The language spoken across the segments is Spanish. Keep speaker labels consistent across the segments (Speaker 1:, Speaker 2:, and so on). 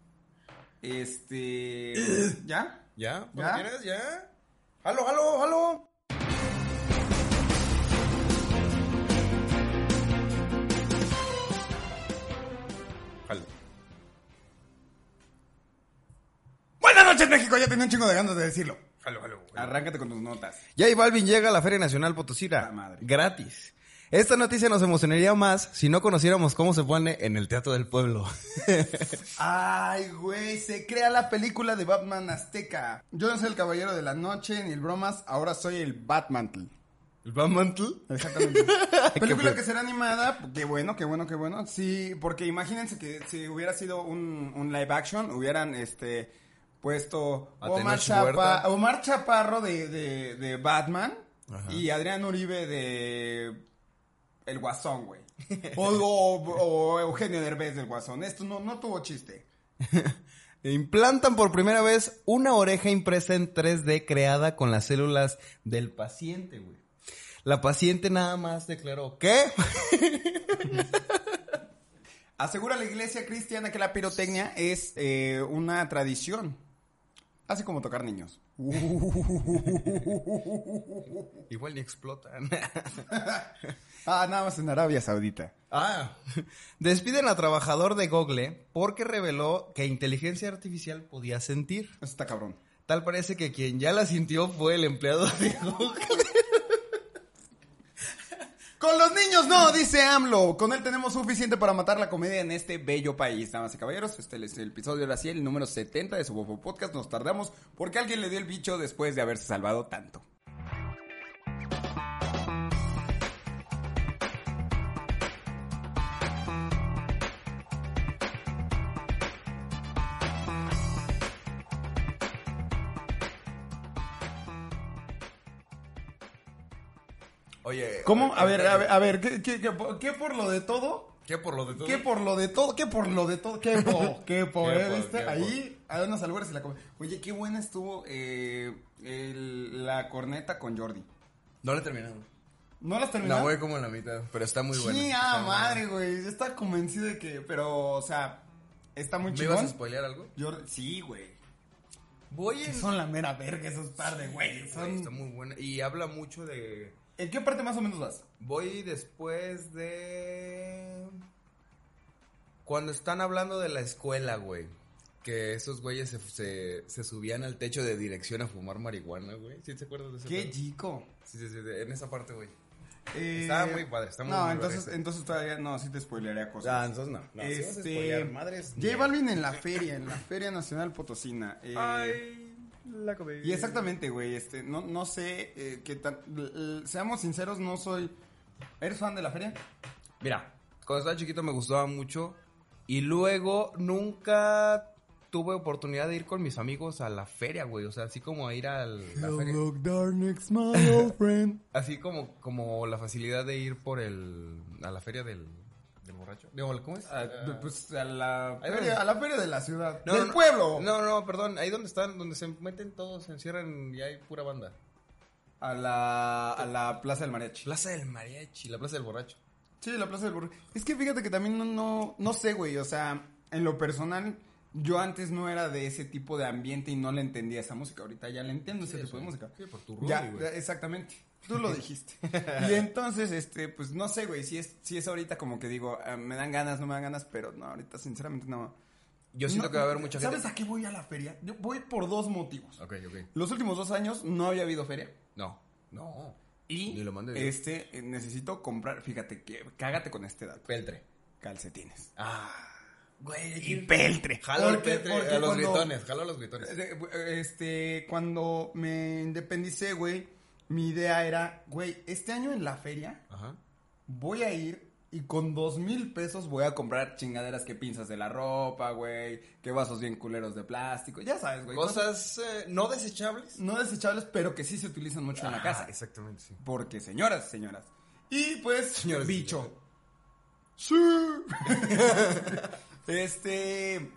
Speaker 1: Este. ¿Ya?
Speaker 2: ¿Ya? ¿Ya?
Speaker 1: ¿Ya?
Speaker 2: ¿Tienes? ¿Ya? ¡Halo, halo, halo! Jalo.
Speaker 1: Buenas noches, México. Ya tenía un chingo de ganas de decirlo.
Speaker 2: Jalo, jalo. jalo.
Speaker 1: Arráncate con tus notas.
Speaker 3: J Balvin llega a la Feria Nacional Potosira.
Speaker 1: La madre.
Speaker 3: Gratis. Esta noticia nos emocionaría más si no conociéramos cómo se pone en el Teatro del Pueblo.
Speaker 1: Ay, güey, se crea la película de Batman Azteca. Yo no soy el caballero de la noche ni el bromas, ahora soy el Batmantle.
Speaker 3: ¿El Batmantle?
Speaker 1: Exactamente. Película
Speaker 3: Qué
Speaker 1: que será animada, qué bueno, qué bueno, qué bueno. Sí, porque imagínense que si hubiera sido un, un live action, hubieran este puesto
Speaker 3: A
Speaker 1: Omar,
Speaker 3: Tenoch
Speaker 1: Chapa-
Speaker 3: Huerta.
Speaker 1: Omar Chaparro de, de- de Batman
Speaker 3: Ajá.
Speaker 1: y Adrián Uribe de El Guasón, güey. O, o- o Eugenio Derbez del Guasón. Esto no, no tuvo chiste.
Speaker 3: Implantan por primera vez una oreja impresa en 3D creada con las células del paciente, güey. La paciente nada más declaró, ¿qué?
Speaker 1: Asegura la iglesia cristiana que la pirotecnia es eh, una tradición. Así como tocar niños.
Speaker 3: Igual ni explotan.
Speaker 1: Ah, nada más en Arabia Saudita.
Speaker 3: ah. Despiden a trabajador de Google porque reveló que inteligencia artificial podía sentir.
Speaker 1: Eso está cabrón.
Speaker 3: Tal parece que quien ya la sintió fue el empleado de Google.
Speaker 1: Con los niños no, dice AMLO. Con él tenemos suficiente para matar la comedia en este bello país. Damas y caballeros, este es el episodio de la CIEL, el número 70 de su Bofo Podcast. Nos tardamos porque alguien le dio el bicho después de haberse salvado tanto.
Speaker 2: Oye.
Speaker 1: ¿Cómo?
Speaker 2: oye,
Speaker 1: A ver,
Speaker 2: oye,
Speaker 1: a ver, a ver, ¿qué, qué- qué po- qué por lo de todo?
Speaker 2: ¿Qué por lo de todo?
Speaker 1: ¿Qué por lo de todo? ¿Qué por lo de todo? ¿Qué po? ¿Qué po?
Speaker 2: Qué
Speaker 1: eh?
Speaker 2: po,
Speaker 1: ¿Viste?
Speaker 2: qué po.
Speaker 1: Ahí hay unos albures y la comedia. Oye, qué buena estuvo eh, el- la corneta con Jordi.
Speaker 3: No la terminaron.
Speaker 1: ¿No las
Speaker 3: La
Speaker 1: terminaste?
Speaker 3: voy como en la mitad, pero está muy buena.
Speaker 1: Sí,
Speaker 3: Está
Speaker 1: ah,
Speaker 3: muy buena.
Speaker 1: madre, güey. Yo estaba convencido de que. Pero, o sea, está muy
Speaker 3: ¿Me ibas a
Speaker 1: chingón.
Speaker 3: spoilear algo?
Speaker 1: Yo, sí, güey.
Speaker 3: Voy en...
Speaker 1: Son la mera verga esos par de güeyes.
Speaker 3: Güey, Está
Speaker 1: Son...
Speaker 3: muy buena. Y habla mucho de...
Speaker 1: ¿En qué parte más o menos vas?
Speaker 3: Voy después de... Cuando están hablando de la escuela, güey. Que esos güeyes se, se- se subían al techo de dirección a fumar marihuana, güey. ¿Sí te acuerdas de ese
Speaker 1: Qué
Speaker 3: pedo?
Speaker 1: chico.
Speaker 3: Sí, sí, sí, de- en esa parte, güey.
Speaker 1: Eh,
Speaker 3: Estaba muy padre, está muy
Speaker 1: No,
Speaker 3: muy
Speaker 1: entonces,
Speaker 3: padre.
Speaker 1: entonces todavía. No, sí te spoilearía cosas.
Speaker 3: Ah, entonces no. no sí vas a
Speaker 1: este.
Speaker 3: spoilear, madres.
Speaker 1: J Balvin en la feria, en la Feria Nacional Potosina. Eh,
Speaker 3: la comedia.
Speaker 1: Y exactamente, güey, este, no, no sé eh, qué tan... l- l- Seamos sinceros, no soy... ¿Eres fan de la feria?
Speaker 3: Mira, cuando estaba chiquito me gustaba mucho y luego nunca tuve oportunidad de ir con mis amigos a la feria, güey. O sea, así como a ir a la feria. Así como, como la facilidad de ir por el... a la feria del, del borracho. Digo, ¿cómo es?
Speaker 1: Ah, pues a la,
Speaker 3: Ahí
Speaker 1: feria,
Speaker 3: donde-
Speaker 1: a la feria de la ciudad.
Speaker 3: No,
Speaker 1: del
Speaker 3: no, no.
Speaker 1: pueblo.
Speaker 3: Ah, No, no, perdón. Ahí donde están, donde se meten todos, se encierran y hay pura banda.
Speaker 1: A, la, a la Plaza del Mariachi.
Speaker 3: Plaza del Mariachi, la Plaza del Borracho.
Speaker 1: Sí, la Plaza del Borre. Es que fíjate que también no, no, no sé, güey, o sea, en lo personal, yo antes no era de ese tipo de ambiente y no le entendía esa música. Ahorita ya le entiendo ese tipo de música.
Speaker 3: Sí, por tu Rudy,
Speaker 1: Ya,
Speaker 3: güey.
Speaker 1: ya, exactamente. Tú lo dijiste. y entonces, este, pues no sé, güey, si es, si es ahorita como que digo, ah, me dan ganas, no me dan ganas, pero no, ahorita sinceramente no.
Speaker 3: Yo siento
Speaker 1: No,
Speaker 3: que va a haber mucha gente.
Speaker 1: ¿Sabes a qué voy a la feria? Yo voy por dos motivos.
Speaker 3: Ok, ok.
Speaker 1: Los últimos dos años no había habido feria.
Speaker 3: No, no.
Speaker 1: Y
Speaker 3: Ni lo mande Dios.
Speaker 1: este, eh, necesito comprar, fíjate, que cágate con este dato.
Speaker 3: Peltre.
Speaker 1: Calcetines.
Speaker 3: Ah. Güey,
Speaker 1: Y peltre.
Speaker 3: Jalo al
Speaker 1: Porque-
Speaker 3: Peltre,
Speaker 1: porque
Speaker 3: a los
Speaker 1: cuando- Eh,
Speaker 3: gritones, jalo a los gritones.
Speaker 1: De- Este, cuando me independicé, güey, mi idea era, güey, este año en la feria
Speaker 3: Ajá.
Speaker 1: voy a ir y con dos mil pesos voy a comprar chingaderas que pinzas de la ropa, güey, que vasos bien culeros de plástico, ya sabes, güey.
Speaker 3: Cosas eh, no desechables. Ah,
Speaker 1: No desechables, pero que sí se utilizan mucho en la casa.
Speaker 3: Exactamente, sí.
Speaker 1: Porque, señoras, señoras. Y pues,
Speaker 3: Señoras,
Speaker 1: bicho.
Speaker 3: señores.
Speaker 1: Sí. este.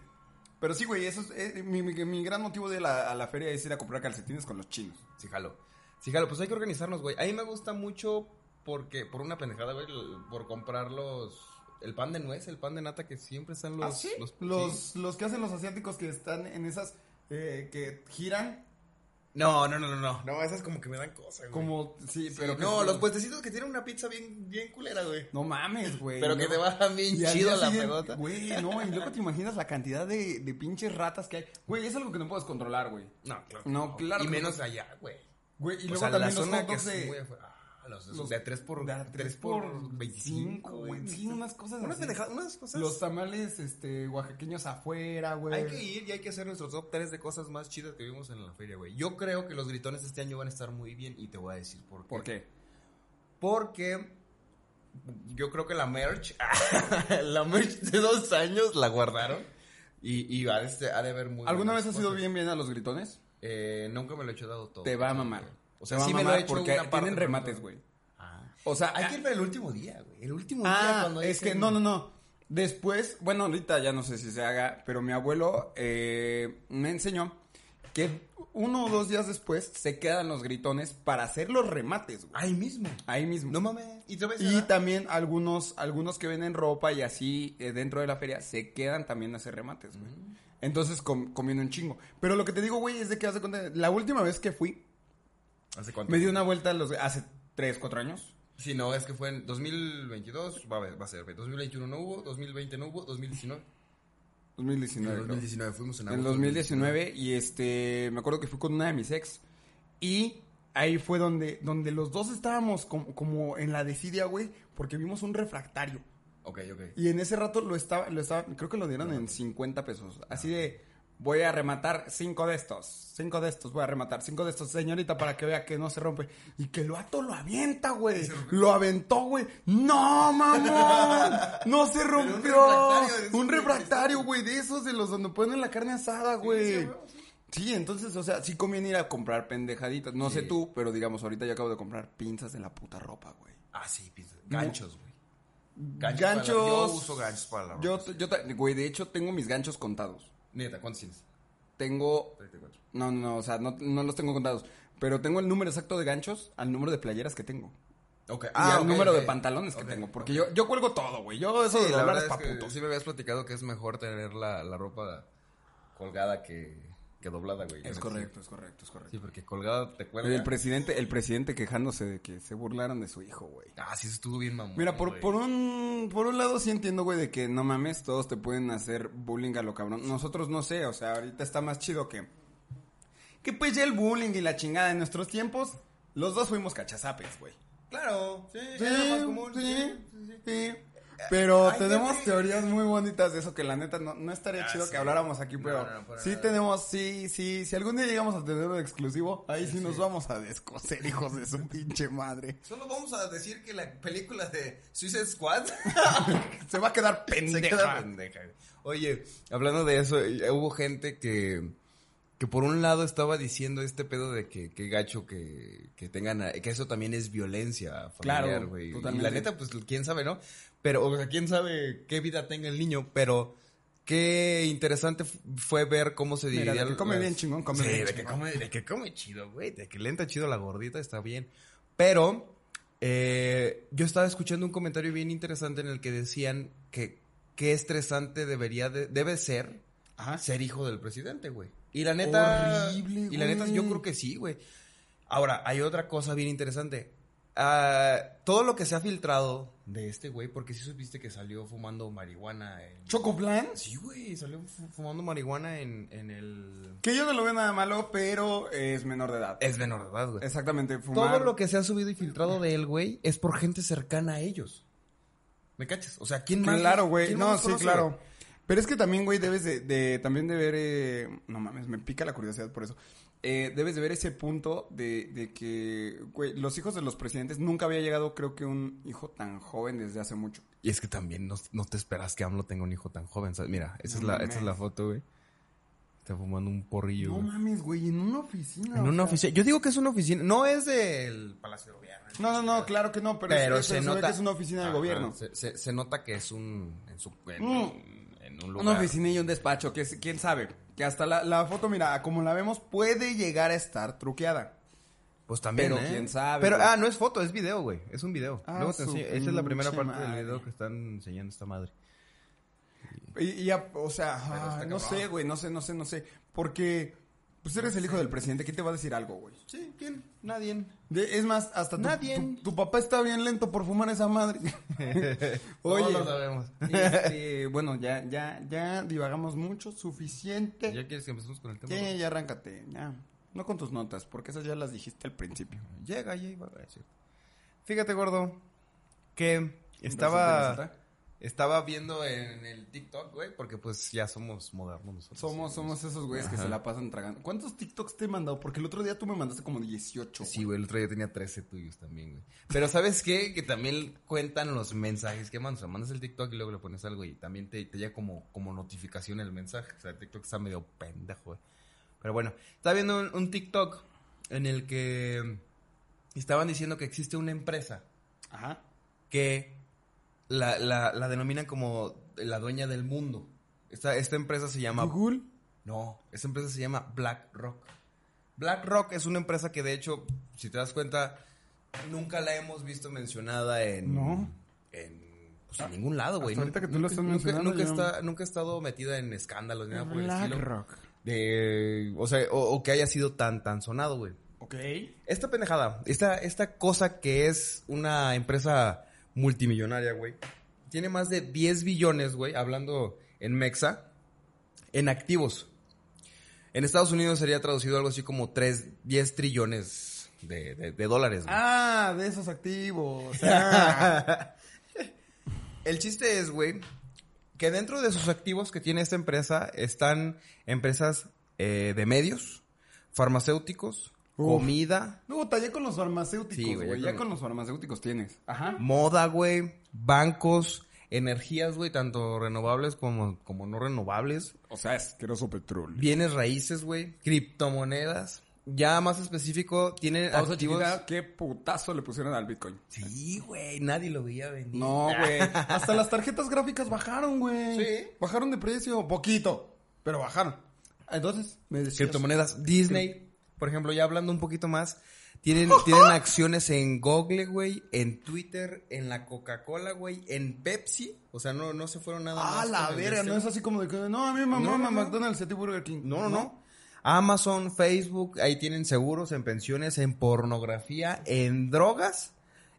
Speaker 1: Pero sí, güey, eso es. eh, mi, mi- mi gran motivo de la, a la feria es ir a comprar calcetines con los chinos.
Speaker 3: Sí, jalo. Sí, jalo, pues hay que organizarnos, güey. A mí me gusta mucho porque, por una pendejada, güey, l- por comprar los, El pan de nuez, el pan de nata que siempre están los.
Speaker 1: ¿Ah, sí?
Speaker 3: los-
Speaker 1: los,
Speaker 3: sí.
Speaker 1: los que hacen los asiáticos que están en esas eh, que giran
Speaker 3: No, no, no, no, no.
Speaker 2: No, esas como que me dan cosas, güey.
Speaker 1: como sí,
Speaker 3: Sí,
Speaker 1: pero que-
Speaker 3: no, los puestecitos que tienen una pizza bien, bien culera, güey.
Speaker 1: no mames, güey.
Speaker 3: Pero
Speaker 1: y
Speaker 3: que te
Speaker 1: luego-
Speaker 3: bajan bien
Speaker 1: y al
Speaker 3: chido
Speaker 1: día
Speaker 3: la
Speaker 1: siguiente-
Speaker 3: pelota.
Speaker 1: Güey, no, y luego te imaginas la cantidad de, de pinches ratas que hay. Güey, es algo que no puedes controlar, güey.
Speaker 3: No, claro. que
Speaker 1: No, claro
Speaker 3: Y
Speaker 1: que
Speaker 3: menos
Speaker 1: no.
Speaker 3: allá, güey.
Speaker 1: Güey, y
Speaker 3: O
Speaker 1: luego
Speaker 3: sea,
Speaker 1: también
Speaker 3: la
Speaker 1: los
Speaker 3: zona
Speaker 1: hot
Speaker 3: que
Speaker 1: dogs
Speaker 3: es muy
Speaker 1: de,
Speaker 3: afuera. Ah, los,
Speaker 1: los-
Speaker 3: de 3 por,
Speaker 1: de a
Speaker 3: tres por 25, güey.
Speaker 1: Sí, unas cosas
Speaker 3: Unas
Speaker 1: así.
Speaker 3: pendejadas, unas cosas.
Speaker 1: Los tamales este, oaxaqueños afuera, güey.
Speaker 3: Hay que ir y hay que hacer nuestro top 3 de cosas más chidas que vimos en la feria, güey. Yo creo que los gritones este año van a estar muy bien y te voy a decir por qué.
Speaker 1: ¿Por qué?
Speaker 3: Porque yo creo que la merch, la merch de dos años la guardaron y, y ha, de, ser- ha de haber muy
Speaker 1: ¿Alguna
Speaker 3: buenas
Speaker 1: vez has ido
Speaker 3: cosas.
Speaker 1: bien bien a los gritones?
Speaker 3: Eh, nunca me lo he hecho dado todo.
Speaker 1: Te va a mamar.
Speaker 3: O sea,
Speaker 1: Te va
Speaker 3: sí
Speaker 1: a
Speaker 3: me lo
Speaker 1: mamar
Speaker 3: he hecho
Speaker 1: porque
Speaker 3: una
Speaker 1: tienen
Speaker 3: parte, pero no
Speaker 1: remates,
Speaker 3: todo.
Speaker 1: güey.
Speaker 3: Ah.
Speaker 1: O sea,
Speaker 3: Hay que ir para el último día, güey. El último día
Speaker 1: Ah,
Speaker 3: cuando
Speaker 1: es que
Speaker 3: dicen-
Speaker 1: no, no, no. Después, bueno, ahorita ya no sé si se haga, pero mi abuelo eh, me enseñó que uno o dos días después se quedan los gritones para hacer los remates, güey.
Speaker 3: Ahí mismo.
Speaker 1: Ahí mismo.
Speaker 3: No mames. Y, otra vez se
Speaker 1: y
Speaker 3: va.
Speaker 1: también algunos, algunos que venden ropa y así eh, dentro de la feria se quedan también a hacer remates, güey. Entonces com- comiendo un chingo. Pero lo que te digo, güey, es de que haz de cuenta, la última vez que fui,
Speaker 3: ¿Hace cuánto?
Speaker 1: me di una vuelta a los, hace 3, 4 años.
Speaker 3: Sí, no, es que fue en 2022, va a, ver, va a ser, güey. 2021 no hubo, 2020 no hubo, 2019.
Speaker 1: 2019. creo.
Speaker 3: fuimos
Speaker 1: En el 2019 y este, me acuerdo que fui con una de mis ex y ahí fue donde, donde los dos estábamos como, como en la desidia, güey, porque vimos un refractario.
Speaker 3: Ok, ok.
Speaker 1: Y en ese rato lo estaba, lo estaba, creo que lo dieron en 50 pesos. Así de, voy a rematar cinco de estos, cinco de estos, voy a rematar cinco de estos, señorita, para que vea que no se rompe. Y que el vato lo avienta, güey. Lo aventó, güey. ¡No, mamón! ¡No se rompió!
Speaker 3: refractario de esos
Speaker 1: Un
Speaker 3: de
Speaker 1: refractario, güey, de esos de los donde ponen la carne asada, güey. Sí, entonces, o sea, sí conviene ir a comprar pendejaditas. No sé
Speaker 3: Sí.
Speaker 1: tú, pero digamos, ahorita yo acabo de comprar pinzas de la puta ropa, güey.
Speaker 3: Ah, sí, pinza- ganchos, güey.
Speaker 1: Ganchos.
Speaker 3: para la- yo uso ganchos para la ropa.
Speaker 1: Yo, yo, ta- güey, de hecho tengo mis ganchos contados.
Speaker 3: Neta, ¿cuántos tienes?
Speaker 1: Tengo,
Speaker 3: 34.
Speaker 1: no, no, no, o sea, no, no los tengo contados, pero tengo el número exacto de ganchos al número de playeras que tengo.
Speaker 3: Ok.
Speaker 1: y al
Speaker 3: Ah, ok,
Speaker 1: Ah, número de
Speaker 3: ok.
Speaker 1: pantalones que
Speaker 3: Ok,
Speaker 1: tengo, porque
Speaker 3: ok.
Speaker 1: yo, yo cuelgo todo, güey. Yo eso
Speaker 3: Sí,
Speaker 1: de
Speaker 3: la
Speaker 1: hablar
Speaker 3: verdad
Speaker 1: es
Speaker 3: es
Speaker 1: pa'
Speaker 3: que
Speaker 1: putos.
Speaker 3: sí me habías platicado que es mejor tener la, la ropa colgada que, que doblada, güey.
Speaker 1: Es
Speaker 3: Sí.
Speaker 1: correcto, es correcto, es correcto.
Speaker 3: Sí, porque colgada te cuelga.
Speaker 1: el presidente, el presidente quejándose de que se burlaron de su hijo, güey.
Speaker 3: Ah, sí, eso estuvo bien mamón,
Speaker 1: Mira, por,
Speaker 3: güey.
Speaker 1: por un por un lado sí entiendo, güey, de que no mames, todos te pueden hacer bullying a lo cabrón. Nosotros no sé, o sea, ahorita está más chido que que pues ya el bullying y la chingada en nuestros tiempos, los dos fuimos cachazapes, güey.
Speaker 3: Claro, sí,
Speaker 1: Sí,
Speaker 3: era lo más común.
Speaker 1: sí,
Speaker 3: sí, sí, sí.
Speaker 1: sí. Pero
Speaker 3: Ay,
Speaker 1: tenemos
Speaker 3: gente.
Speaker 1: teorías muy bonitas de eso que la neta no, no estaría
Speaker 3: Ah,
Speaker 1: chido
Speaker 3: sí.
Speaker 1: que habláramos aquí,
Speaker 3: No,
Speaker 1: pero
Speaker 3: no, no, para
Speaker 1: sí
Speaker 3: nada.
Speaker 1: tenemos, sí, sí, si algún día llegamos a tener un exclusivo, ahí sí, nos vamos a descoser, hijos de su pinche madre.
Speaker 3: Solo vamos a decir que la película de Suicide Squad
Speaker 1: Se va a quedar pendeja.
Speaker 3: se queda pendeja. güey. Oye, hablando de eso, eh, hubo gente que, que por un lado estaba diciendo este pedo de que, que gacho que, que tengan, a- que eso también es violencia familiar,
Speaker 1: Claro,
Speaker 3: güey. Y
Speaker 1: totalmente.
Speaker 3: la neta, pues quién sabe, ¿no? Pero, o sea, quién sabe qué vida tenga el niño, pero... Qué interesante fu- fue ver cómo se
Speaker 1: Mira,
Speaker 3: dividía.
Speaker 1: de que come bien chingón, come
Speaker 3: Sí,
Speaker 1: bien
Speaker 3: de que
Speaker 1: chingón.
Speaker 3: come, de que come chido, güey. De que lenta chido la gordita, está bien. Pero eh, yo estaba escuchando un comentario bien interesante en el que decían que qué estresante debería de- debe ser ser hijo del presidente, güey. Y la
Speaker 1: Ah.
Speaker 3: neta,
Speaker 1: Horrible,
Speaker 3: y la neta,
Speaker 1: güey.
Speaker 3: yo creo que sí, güey. Ahora hay otra cosa bien interesante. Ah, todo lo que se ha filtrado de este güey, porque si supiste que salió fumando marihuana. En...
Speaker 1: ¿Chocoplan?
Speaker 3: Sí, güey, salió fu- fumando marihuana en, en el.
Speaker 1: Que yo no lo veo nada malo, pero es menor de edad.
Speaker 3: Es menor de edad, güey.
Speaker 1: Exactamente, fumar.
Speaker 3: Eh, Todo lo que se ha subido y filtrado de él, güey, es por gente cercana a ellos. ¿Me cachas? O sea, ¿quién más?
Speaker 1: Claro, güey.
Speaker 3: quién
Speaker 1: No,
Speaker 3: más
Speaker 1: sí,
Speaker 3: conoce,
Speaker 1: claro.
Speaker 3: güey?
Speaker 1: Pero es que también, güey, debes de, de- también de ver, eh, no mames, me pica la curiosidad por eso. Eh, debes de ver ese punto de, de que, güey, los hijos de los presidentes nunca había llegado, creo que un hijo tan joven desde hace mucho.
Speaker 3: Y es que también no, no te esperas que AMLO tenga un hijo tan joven. ¿sabes? Mira, esa,
Speaker 1: No
Speaker 3: es la,
Speaker 1: mames.
Speaker 3: esa es la foto, güey. Está fumando un porrillo,
Speaker 1: No
Speaker 3: güey.
Speaker 1: mames, güey, en una oficina.
Speaker 3: En
Speaker 1: o
Speaker 3: una
Speaker 1: sea.
Speaker 3: oficina. Yo digo que es una oficina. No es del Palacio de Gobierno.
Speaker 1: No, no, no, claro que no, pero, es- es, se, ve que es una oficina del
Speaker 3: Ajá,
Speaker 1: gobierno.
Speaker 3: Se, se- se nota que es un. En, su- en-
Speaker 1: Mm.
Speaker 3: en un lugar.
Speaker 1: Una oficina y un despacho, que es- quién sabe. Que hasta la, la foto, mira, como la vemos, puede llegar a estar truqueada.
Speaker 3: Pues también,
Speaker 1: Pero
Speaker 3: ¿eh?
Speaker 1: quién sabe,
Speaker 3: Pero,
Speaker 1: güey.
Speaker 3: ah, no es foto, es video, güey. Es un video.
Speaker 1: Ah,
Speaker 3: Luego te
Speaker 1: su
Speaker 3: enseño- Esa es la primera
Speaker 1: pinche
Speaker 3: parte
Speaker 1: madre.
Speaker 3: del video que están enseñando esta madre.
Speaker 1: Y, y ya, o sea, ah,
Speaker 2: está
Speaker 1: no
Speaker 2: cabrón.
Speaker 1: sé, güey, no sé, no sé, no sé. Porque, pues eres el hijo del presidente, ¿quién te va a decir algo, güey?
Speaker 3: Sí, ¿quién? Nadie.
Speaker 1: De- es más, hasta tu,
Speaker 3: Nadie.
Speaker 1: tu- tu papá está bien lento por fumar esa madre.
Speaker 3: Oye. No lo
Speaker 1: Oye,
Speaker 3: sabemos.
Speaker 1: este, bueno, ya, ya, ya divagamos mucho, suficiente.
Speaker 3: ¿Ya quieres que empecemos con el tema?
Speaker 1: Ya, ya, arráncate, ya. No con tus notas, porque esas ya las dijiste al principio.
Speaker 3: Llega, llega. Fíjate, gordo, que
Speaker 1: Resulta
Speaker 3: estaba,
Speaker 1: que
Speaker 3: estaba viendo en el TikTok, güey, porque pues ya somos modernos nosotros.
Speaker 1: Somos,
Speaker 3: Sí,
Speaker 1: somos esos güeyes que se la pasan tragando. ¿Cuántos TikToks te he mandado? Porque el otro día tú me mandaste como 18.
Speaker 3: Pues Sí, güey, el otro día tenía 13 tuyos también, güey. Pero ¿sabes qué? Que también cuentan los mensajes que mandas. O sea, mandas el TikTok y luego le pones algo y también te, te llega como, como notificación el mensaje. O sea, el TikTok está medio pendejo, güey. Pero bueno, estaba viendo un, un TikTok en el que estaban diciendo que existe una empresa
Speaker 1: Ajá.
Speaker 3: que la, la, la denominan como la dueña del mundo. Esta, esta empresa se llama...
Speaker 1: Google.
Speaker 3: No, esa empresa se llama BlackRock. BlackRock es una empresa que de hecho, si te das cuenta, nunca la hemos visto mencionada en...
Speaker 1: No.
Speaker 3: En, pues, en ningún lado, güey.
Speaker 1: hasta ahorita que tú lo estás
Speaker 3: nunca-
Speaker 1: mencionando,
Speaker 3: Nunca,
Speaker 1: yo-
Speaker 3: está- nunca ha estado metida en escándalos ni nada por el estilo.
Speaker 1: BlackRock.
Speaker 3: De, o sea, o, o que haya sido tan, tan sonado, güey.
Speaker 1: Ok.
Speaker 3: Esta pendejada, esta, esta cosa que es una empresa multimillonaria, güey, tiene más de 10 billones, güey, hablando en Mexa, en activos. En Estados Unidos sería traducido algo así como 3, 10 trillones de, de- de dólares, güey.
Speaker 1: Ah, de esos activos. Ah.
Speaker 3: El chiste es, güey, que dentro de sus activos que tiene esta empresa están empresas eh, de medios, farmacéuticos,
Speaker 1: Uf.
Speaker 3: comida,
Speaker 1: no, tallé con los farmacéuticos,
Speaker 3: Sí, güey,
Speaker 1: güey.
Speaker 3: yo
Speaker 1: ya
Speaker 3: creo-
Speaker 1: con los farmacéuticos tienes. Ajá.
Speaker 3: moda, güey, bancos, energías, güey, tanto renovables como, como no renovables,
Speaker 1: O sea, asqueroso petróleo.
Speaker 3: bienes raíces, güey, criptomonedas. Ya más específico, tienen
Speaker 1: Pausa
Speaker 3: activos.
Speaker 1: chiquita, qué putazo le pusieron al Bitcoin.
Speaker 3: Sí, güey, nadie lo veía venir.
Speaker 1: No, güey. Hasta las tarjetas gráficas bajaron, güey.
Speaker 3: Sí.
Speaker 1: Bajaron de precio, poquito, pero bajaron. Entonces, me decías.
Speaker 3: Criptomonedas. Disney, por ejemplo, ya hablando un poquito más, tienen, tienen acciones en Google, güey, en Twitter, en la Coca-Cola, güey, en Pepsi. O sea, no, no se fueron nada
Speaker 1: Ah,
Speaker 3: más.
Speaker 1: la
Speaker 3: con el
Speaker 1: verga,
Speaker 3: este,
Speaker 1: no es así como de que no, a mí mamá,
Speaker 3: No, no,
Speaker 1: mamá,
Speaker 3: no.
Speaker 1: McDonald's, a ti Burger King.
Speaker 3: No, no, no. Amazon, Facebook, ahí tienen seguros en pensiones, en pornografía, en drogas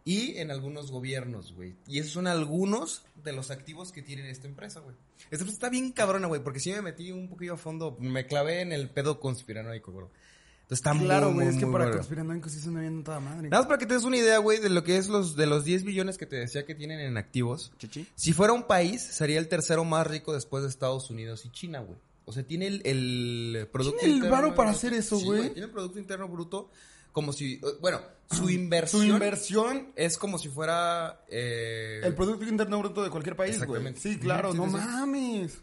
Speaker 3: y en algunos gobiernos, güey. Y esos son algunos de los activos que tiene esta empresa, güey. Esta empresa está bien cabrona, güey, porque si me metí un poquillo a fondo, me clavé en el pedo conspiranoico, güey. Entonces está
Speaker 1: Claro,
Speaker 3: muy,
Speaker 1: güey,
Speaker 3: muy,
Speaker 1: es que
Speaker 3: muy
Speaker 1: para
Speaker 3: bueno.
Speaker 1: conspiranoicos sí suena bien toda madre.
Speaker 3: Nada más para que te des una idea, güey, de lo que es los de los 10 billones que te decía que tienen en activos.
Speaker 1: Chichi.
Speaker 3: Si fuera un país, sería el tercero más rico después de Estados Unidos y China, güey. O sea, tiene el, el producto
Speaker 1: ¿Tiene el varo
Speaker 3: bruto.
Speaker 1: para hacer eso,
Speaker 3: Sí,
Speaker 1: güey?
Speaker 3: Tiene el producto interno bruto como si, eh, bueno, su inversión,
Speaker 1: Su inversión,
Speaker 3: es como si fuera eh,
Speaker 1: el Producto Interno Bruto de cualquier país, güey.
Speaker 3: Exactamente.
Speaker 1: Sí, claro,
Speaker 3: Sí,
Speaker 1: no
Speaker 3: sí, sí.
Speaker 1: mames.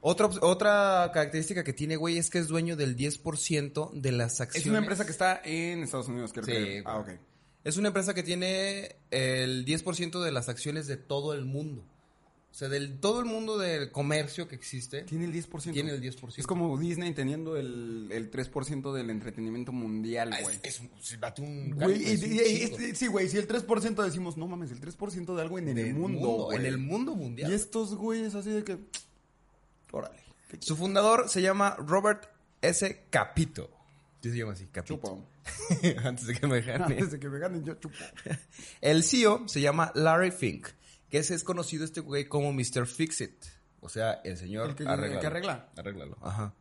Speaker 3: otra op- otra característica que tiene, güey, es que es dueño del 10% de las acciones.
Speaker 1: Es una empresa que está en Estados Unidos, creo
Speaker 3: Sí,
Speaker 1: que. Ah, ok.
Speaker 3: güey. Es una empresa que tiene el 10% de las acciones de todo el mundo. O sea, del todo el mundo del comercio que existe.
Speaker 1: Tiene el 10%.
Speaker 3: Tiene el 10%.
Speaker 1: Es como Disney teniendo el, el 3% del entretenimiento mundial,
Speaker 3: Ah,
Speaker 1: güey.
Speaker 3: es, es un- se bate un
Speaker 1: Güey,
Speaker 3: cálculo,
Speaker 1: y-
Speaker 3: es un
Speaker 1: y- y-
Speaker 3: chingo.
Speaker 1: este- sí, güey, si el 3% decimos, no mames, el 3% de algo en el,
Speaker 3: Del
Speaker 1: mundo, güey.
Speaker 3: en el mundo
Speaker 1: Y
Speaker 3: mundial.
Speaker 1: estos güeyes así de que, órale, que
Speaker 3: Su fundador se llama Robert S. Capito. Yo se llama así,
Speaker 1: chupa.
Speaker 3: Capito. Antes de que me dejaran.
Speaker 1: Antes de que me ganen, yo chupo.
Speaker 3: El CEO se llama Larry Fink, que es, es conocido este güey como Mr. Fix It. O sea, el señor
Speaker 1: El que- el que
Speaker 3: arréglalo.
Speaker 1: arregla.
Speaker 3: Arréglalo, ajá.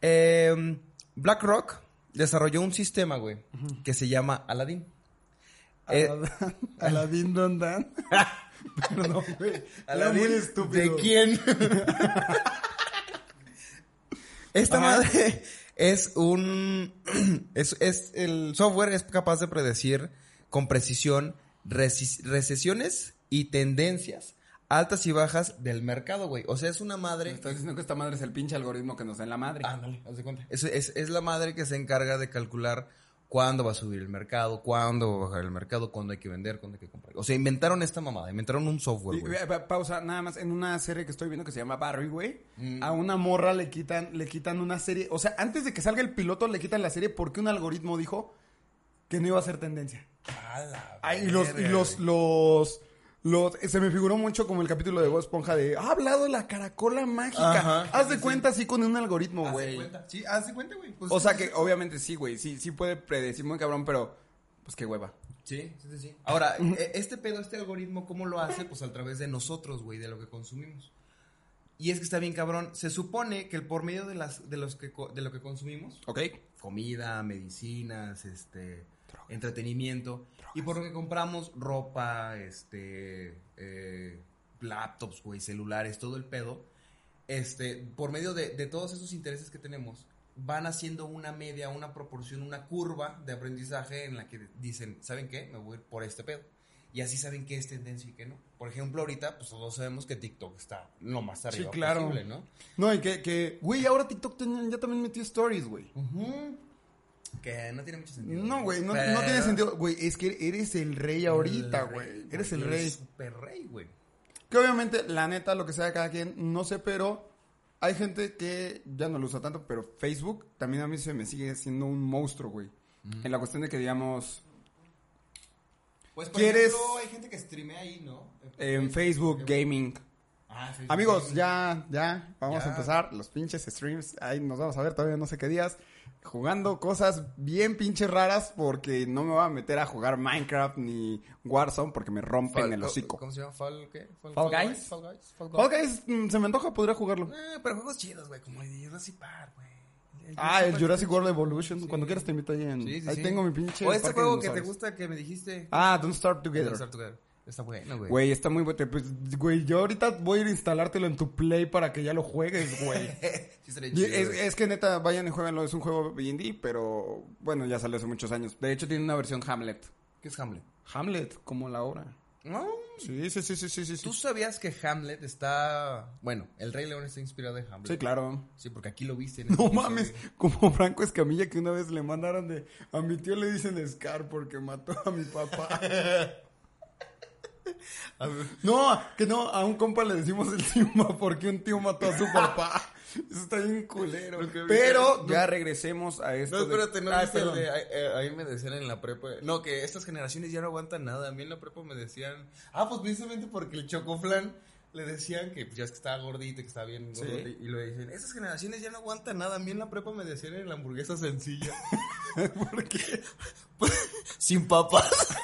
Speaker 3: Eh, BlackRock desarrolló un sistema, güey, que se llama Aladdin. Eh,
Speaker 1: Aladán- Aladín Don Dan. Perdón, güey. Era
Speaker 3: Aladín,
Speaker 1: muy estúpido.
Speaker 3: ¿De quién? Esta
Speaker 1: Ajá.
Speaker 3: madre es un... Es, es- el software es capaz de predecir con precisión resi- recesiones y tendencias altas y bajas del mercado, güey. O sea, es una
Speaker 1: Me
Speaker 3: madre...
Speaker 1: Estás diciendo que esta madre es el pinche algoritmo que nos da en la madre.
Speaker 3: Ándale, haz de cuenta. Es, es- es la madre que se encarga de calcular cuándo va a subir el mercado, cuándo va a bajar el mercado, cuándo hay que vender, cuándo hay que comprar. O sea, inventaron esta mamada, inventaron un software,
Speaker 1: Y-
Speaker 3: güey.
Speaker 1: eh, pa- pausa, nada más, en una serie que estoy viendo que se llama Barry, güey,
Speaker 2: Mm.
Speaker 1: a una morra le quitan, le quitan una serie, o sea, antes de que salga el piloto le quitan la serie porque un algoritmo dijo que no iba a ser tendencia.
Speaker 2: A la
Speaker 1: Ay, y los, y
Speaker 2: verga,
Speaker 1: los,
Speaker 2: güey.
Speaker 1: los, los- eh, se me figuró mucho como el capítulo de Bob Esponja de, ha hablado la caracola mágica.
Speaker 2: Ajá.
Speaker 1: Haz de cuenta así con un algoritmo,
Speaker 2: Haz de
Speaker 1: güey.
Speaker 2: cuenta. Sí, haz de cuenta, güey. Pues,
Speaker 1: O sea que obviamente sí, güey, sí, sí puede predecir muy cabrón, pero pues qué hueva.
Speaker 3: Sí, sí, sí, sí. Ahora, e- este pedo, este algoritmo, ¿cómo lo hace? Pues a través de nosotros, güey, de lo que consumimos. Y es que está bien cabrón. Se supone que el por medio de, las, de, los que, co- de lo que consumimos,
Speaker 1: ¿Ok?
Speaker 3: comida, medicinas, este, entretenimiento, y por lo que compramos ropa, este, eh, laptops, güey, celulares, todo el pedo, este, por medio de, de todos esos intereses que tenemos, van haciendo una media, una proporción, una curva de aprendizaje en la que dicen, ¿saben qué? Me voy a ir por este pedo. Y así saben qué es tendencia y qué no. Por ejemplo, ahorita, pues todos sabemos que TikTok está lo más arriba
Speaker 1: claro.
Speaker 3: posible, ¿no?
Speaker 1: No, y que, que, güey, ahora TikTok ten- ya también metió stories, güey.
Speaker 3: Ujú. Que no tiene mucho sentido.
Speaker 1: No, güey, no, no
Speaker 3: Pero-
Speaker 1: tiene sentido. Güey, es que eres el rey ahorita,
Speaker 3: El
Speaker 1: güey.
Speaker 3: rey,
Speaker 1: Eres el rey.
Speaker 3: super rey, güey.
Speaker 1: Que obviamente, la neta, lo que sea de cada quien, no sé, pero hay gente que ya no lo usa tanto, pero Facebook también a mí se me sigue siendo un monstruo, güey. En la cuestión de que, digamos,
Speaker 3: Pues
Speaker 1: por ¿Quieres- ejemplo,
Speaker 3: hay gente que streamea ahí, ¿no? Ah,
Speaker 1: en Facebook Gaming. Amigos, ya, ya, vamos
Speaker 3: Ya.
Speaker 1: a empezar los pinches streams. Ahí nos vamos a ver todavía no sé qué días. Jugando cosas bien pinches raras porque no me voy a meter a jugar Minecraft ni Warzone porque me rompen el hocico.
Speaker 3: ¿Cómo se llama? Fall, ¿qué? Fall,
Speaker 1: Fall Guys?
Speaker 3: Fall Guys. Fall Guys.
Speaker 1: Ok, es- mm, se me antoja, podría jugarlo.
Speaker 3: Eh, pero juegos chidos, güey, como el Jurassic Park, güey. El
Speaker 1: Ah, el Jurassic World Evolution.
Speaker 3: Sí.
Speaker 1: Cuando quieras te invito ahí en...
Speaker 3: Sí, sí,
Speaker 1: ahí
Speaker 3: sí.
Speaker 1: tengo mi pinche...
Speaker 3: O este
Speaker 1: parque de
Speaker 3: juego que te
Speaker 1: dinosaurios.
Speaker 3: gusta que me dijiste.
Speaker 1: Ah, Don't Starve
Speaker 3: Don't
Speaker 1: Together.
Speaker 3: Starve Together. Está bueno, güey.
Speaker 1: Güey, está muy... bueno. Pues, güey, yo ahorita voy a ir a instalártelo en tu Play para que ya lo juegues, güey.
Speaker 3: Sí, estaría
Speaker 1: Y
Speaker 3: chido,
Speaker 1: Es,
Speaker 3: güey.
Speaker 1: es que neta, vayan y jueguenlo, es un juego indie, pero bueno, ya salió hace muchos años. De hecho, tiene una versión Hamlet.
Speaker 3: ¿Qué es Hamlet?
Speaker 1: Hamlet, como la obra.
Speaker 3: No,
Speaker 1: Sí, sí, sí, sí, sí, sí.
Speaker 3: ¿Tú
Speaker 1: Sí,
Speaker 3: sabías que Hamlet está... Bueno, el Rey León está inspirado en Hamlet.
Speaker 1: Sí, claro.
Speaker 3: Sí, porque aquí lo viste. en este
Speaker 1: No
Speaker 3: episodio.
Speaker 1: mames, como Franco Escamilla que una vez le mandaron de... A mi tío le dicen Scar porque mató a mi papá.
Speaker 3: A ver,
Speaker 1: No, que no, a un compa le decimos el Simba porque un tío mató a su papá. Eso está bien culero.
Speaker 3: Porque-
Speaker 1: Pero
Speaker 3: no-
Speaker 1: ya regresemos a esto.
Speaker 3: No,
Speaker 1: de-
Speaker 3: espérate, no
Speaker 1: Ah,
Speaker 3: viste el
Speaker 1: perdón.
Speaker 3: de- a- a- a mí me decían en la prepa. No, que estas generaciones ya no aguantan nada. A mí en la prepa me decían. Ah, pues precisamente porque el chocoflan le decían que pues, ya es que estaba gordito, que estaba bien gordo.
Speaker 1: Sí.
Speaker 3: Y lo dicen, estas generaciones ya no aguantan nada. A mí en la prepa me decían en la hamburguesa sencilla. Pues,
Speaker 1: ¿Por qué?
Speaker 3: Sin papas.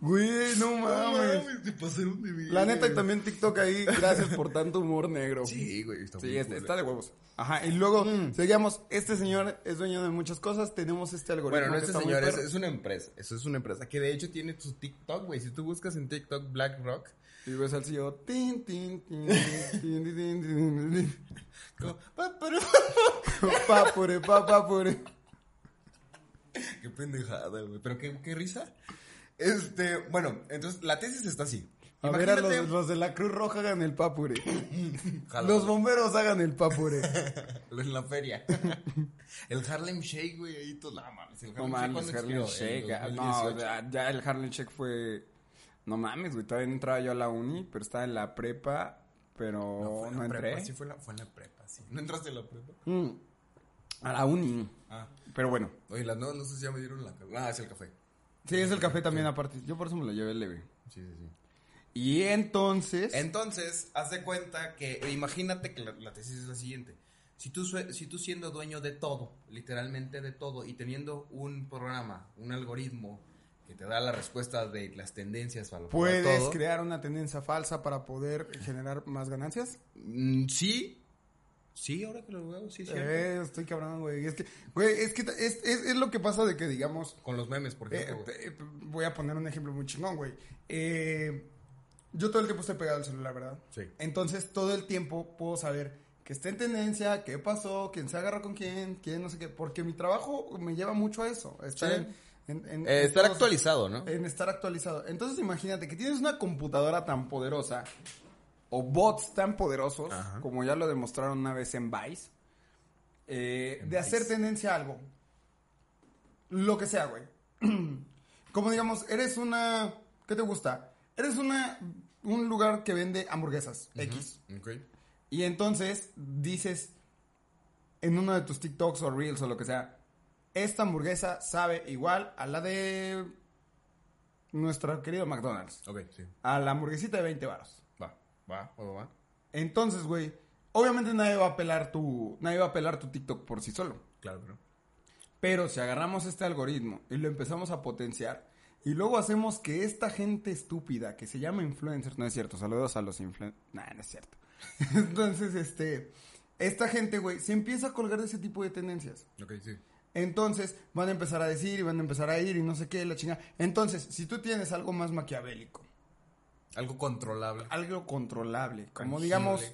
Speaker 1: Güey, no mames.
Speaker 3: te pasaron de vida.
Speaker 1: La neta, y también TikTok ahí, gracias por tanto humor negro.
Speaker 3: Sí, güey. Está Mm.
Speaker 1: Sí,
Speaker 3: muy
Speaker 1: este-
Speaker 3: cool.
Speaker 1: está de huevos. Ajá, y luego, seguíamos, este señor es dueño de muchas cosas, tenemos este algoritmo.
Speaker 3: Bueno, no,
Speaker 1: que
Speaker 3: este
Speaker 1: está muy
Speaker 3: señor es,
Speaker 1: perro.
Speaker 3: es una empresa. Eso es una empresa que de hecho tiene su TikTok, güey. Si tú buscas en TikTok BlackRock,
Speaker 1: Y ves al CEO, tin, tin, tin, tin, tin, tin, tin, tin.
Speaker 3: como, "Pa, pero-
Speaker 1: Papure, papapure.
Speaker 3: Qué pendejada, güey. Pero qué, qué risa. Este, bueno, entonces la tesis está así.
Speaker 1: A ver, a
Speaker 3: Imagínate-
Speaker 1: los, los de la Cruz Roja hagan el papure.
Speaker 3: Jala,
Speaker 1: Los bomberos hagan el papure.
Speaker 3: los en la feria. el Harlem Shake, güey, ahí todo la mames. El
Speaker 1: No
Speaker 3: Harlem
Speaker 1: mames,
Speaker 3: ¿cuándo
Speaker 1: Harlem
Speaker 3: expiró? eh, En
Speaker 1: Shake. ah,
Speaker 3: 2018.
Speaker 1: No, ya, ya el Harlem Shake fue. No mames, güey. Todavía no entraba yo a la uni, pero estaba en la prepa, pero no,
Speaker 3: fue en la prepa,
Speaker 1: entré.
Speaker 3: sí, fue, en la, fue en la prepa, sí. ¿No entraste en la prepa?
Speaker 1: Mm, a la uni.
Speaker 3: Ah.
Speaker 1: Pero bueno.
Speaker 3: Oye, las no, no sé si ya me dieron la... Ah, es el café.
Speaker 1: Sí, es el café también aparte. Yo por eso me lo llevé leve.
Speaker 3: Sí, sí, sí.
Speaker 1: Y entonces.
Speaker 3: Entonces, haz de cuenta que, eh, imagínate que la, la tesis es la siguiente. Si tú, sue- si tú siendo dueño de todo, literalmente de todo, y teniendo un programa, un algoritmo que te da la respuesta de las tendencias a lo para
Speaker 1: ¿Puedes
Speaker 3: todo,
Speaker 1: crear una tendencia falsa para poder generar más ganancias?
Speaker 3: mm, sí, sí, ahora que lo veo, sí, sí.
Speaker 1: Eh, estoy cabrón, güey. Es que, güey, es que ta- es- es- es lo que pasa de que, digamos,
Speaker 3: Con los memes, por
Speaker 1: Eh,
Speaker 3: ejemplo.
Speaker 1: eh, voy a poner un ejemplo muy chingón, güey. Eh, yo todo el tiempo estoy pegado al celular, ¿verdad?
Speaker 3: Sí.
Speaker 1: Entonces, todo el tiempo puedo saber que está en tendencia, qué pasó, quién se agarró con quién, quién no sé qué. Porque mi trabajo me lleva mucho a eso. Estar,
Speaker 3: Sí.
Speaker 1: en- en- en-
Speaker 3: Eh,
Speaker 1: en
Speaker 3: estar
Speaker 1: todos- eh,
Speaker 3: actualizado, ¿no?
Speaker 1: En estar actualizado. Entonces, imagínate que tienes una computadora tan poderosa o bots tan poderosos,
Speaker 3: Ajá.
Speaker 1: como ya lo demostraron una vez en Vice, eh, de
Speaker 3: Vice.
Speaker 1: hacer tendencia a algo. Lo que sea, güey. Como digamos, eres una... ¿Qué te gusta? Eres una... Un lugar que vende hamburguesas, X.
Speaker 3: Ok.
Speaker 1: Y entonces dices en uno de tus TikToks o Reels o lo que sea, Esta hamburguesa sabe igual a la de nuestro querido McDonald's.
Speaker 3: Ok, sí.
Speaker 1: A la hamburguesita de 20 varos.
Speaker 3: Va, va, va, va.
Speaker 1: Entonces, güey, obviamente nadie va a apelar tu, nadie va a apelar tu TikTok por sí solo.
Speaker 3: Claro que no.
Speaker 1: Pero si agarramos este algoritmo y lo empezamos a potenciar y luego hacemos que esta gente estúpida que se llama influencers, no es cierto, saludos a los influencers, nah, no es cierto. Entonces, este, esta gente, güey, se empieza a colgar de ese tipo de tendencias.
Speaker 3: Ok, sí.
Speaker 1: Entonces van a empezar a decir y van a empezar a ir y no sé qué, la chingada. Entonces, si tú tienes algo más maquiavélico,
Speaker 3: Algo controlable.
Speaker 1: algo controlable, como
Speaker 3: Tangible.
Speaker 1: digamos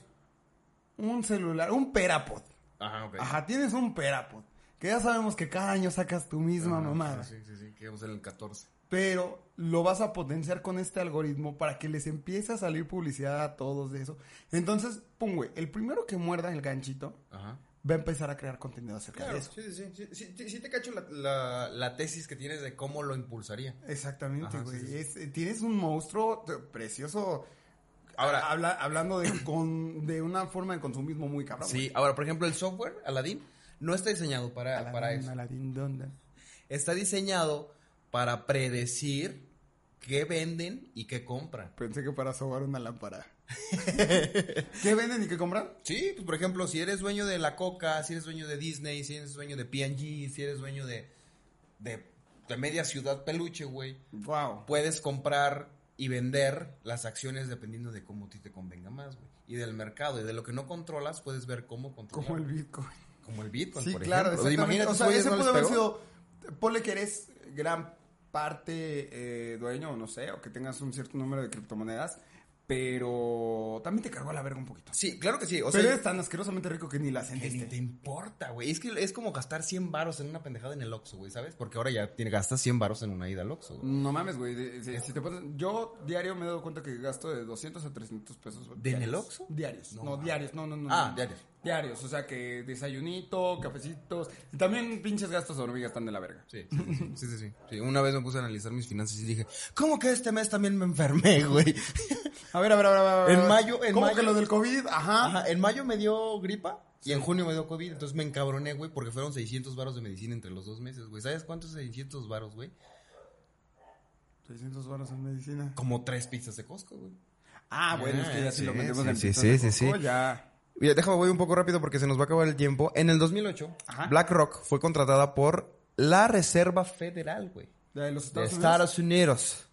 Speaker 1: un celular, un perapod.
Speaker 3: Ajá, ok.
Speaker 1: Ajá, tienes un perapod. Que ya sabemos que cada año sacas tu misma
Speaker 3: Ajá,
Speaker 1: mamada.
Speaker 3: Sí, sí, sí. Quedamos en el 14.
Speaker 1: Pero lo vas a potenciar con este algoritmo para que les empiece a salir publicidad a todos de eso. Entonces, pum, güey, el primero que muerda el ganchito
Speaker 3: Ajá.
Speaker 1: va a empezar a crear contenido acerca de
Speaker 3: Claro,
Speaker 1: eso.
Speaker 3: sí, sí, sí, sí, sí, sí, sí te cacho la, la- la tesis que tienes de cómo lo impulsaría.
Speaker 1: Exactamente,
Speaker 3: Ajá,
Speaker 1: güey.
Speaker 3: sí, sí.
Speaker 1: Es- eh, Tienes un monstruo te- precioso.
Speaker 3: Ahora-
Speaker 1: Habla- hablando de, con, de una forma de consumismo muy cabrón.
Speaker 3: Sí, ahora, por ejemplo, el software, Aladdin, no está diseñado para,
Speaker 1: güey.
Speaker 3: para
Speaker 1: Aladín,
Speaker 3: eso.
Speaker 1: Aladín, ¿dónde?
Speaker 3: Está diseñado para predecir qué venden y qué compran.
Speaker 1: Pensé que para sobar una lámpara. ¿Qué venden y qué compran?
Speaker 3: Sí, pues por ejemplo, si eres dueño de la Coca, si eres dueño de Disney, si eres dueño de P&G, si eres dueño de, de, de media ciudad peluche, güey,
Speaker 1: Wow.
Speaker 3: puedes comprar y vender las acciones dependiendo de cómo a ti te convenga más, güey. Y del mercado, y de lo que no controlas, puedes ver cómo controlar.
Speaker 1: Como el Bitcoin.
Speaker 3: Como el Bitcoin,
Speaker 1: Sí,
Speaker 3: por
Speaker 1: claro,
Speaker 3: ejemplo.
Speaker 1: exactamente.
Speaker 3: Imagínate,
Speaker 1: o sea,
Speaker 3: güeyes,
Speaker 1: ese
Speaker 3: ¿no les
Speaker 1: pudo haber
Speaker 3: pegó?
Speaker 1: sido. Ponle que eres gran parte eh, dueño, no sé, o que tengas un cierto número de criptomonedas, pero también te cargó a la verga un poquito.
Speaker 3: Sí, claro que sí. O
Speaker 1: pero
Speaker 3: sea,
Speaker 1: eres tan asquerosamente rico que ni la
Speaker 3: que ni te
Speaker 1: sentiste.
Speaker 3: importa, güey. Es que es como gastar 100 varos en una pendejada en el Oxxo, güey, ¿sabes? Porque ahora ya tiene, gastas 100 varos en una ida al Oxxo, güey.
Speaker 1: No mames, güey. de- Si, si te pones- yo diario me he dado cuenta que gasto de 200 a 300 pesos. güey,
Speaker 3: ¿De en
Speaker 1: diarios.
Speaker 3: el Oxxo?
Speaker 1: Diarios.
Speaker 3: No
Speaker 1: No,
Speaker 3: mames.
Speaker 1: diarios. No, no, no.
Speaker 3: Ah,
Speaker 1: no.
Speaker 3: diarios.
Speaker 1: Diarios. O sea que desayunito, cafecitos. Y también pinches gastos de hormigas están de la verga.
Speaker 3: Sí, sí, sí, sí, sí, sí. Sí, Una vez me puse a analizar mis finanzas y dije, ¿cómo que este mes también me enfermé, güey?
Speaker 1: A ver, a ver, a ver. a ver,
Speaker 3: En
Speaker 1: a ver.
Speaker 3: mayo- en
Speaker 1: ¿Cómo
Speaker 3: mayo-
Speaker 1: que lo del COVID? Ajá.
Speaker 3: Ajá, en mayo me dio gripa y en junio me dio COVID, entonces me encabroné, güey, porque fueron 600 varos de medicina entre los dos meses, güey. ¿Sabes cuántos 600 varos, güey?
Speaker 1: 600 varos en medicina.
Speaker 3: Como tres pizzas de Costco, güey.
Speaker 1: Ah, bueno, es que ya
Speaker 3: Ah,
Speaker 1: si lo
Speaker 3: sí,
Speaker 1: metemos
Speaker 3: sí,
Speaker 1: en
Speaker 3: sí,
Speaker 1: pizzas
Speaker 3: sí,
Speaker 1: de
Speaker 3: sí,
Speaker 1: Costco,
Speaker 3: sí.
Speaker 1: ya.
Speaker 3: Mira, déjame, voy un poco rápido porque se nos va a acabar el tiempo. En el 2008,
Speaker 1: Ajá.
Speaker 3: BlackRock fue contratada por la Reserva Federal, güey.
Speaker 1: De los
Speaker 3: de
Speaker 1: Estados Unidos.
Speaker 3: Estados Unidos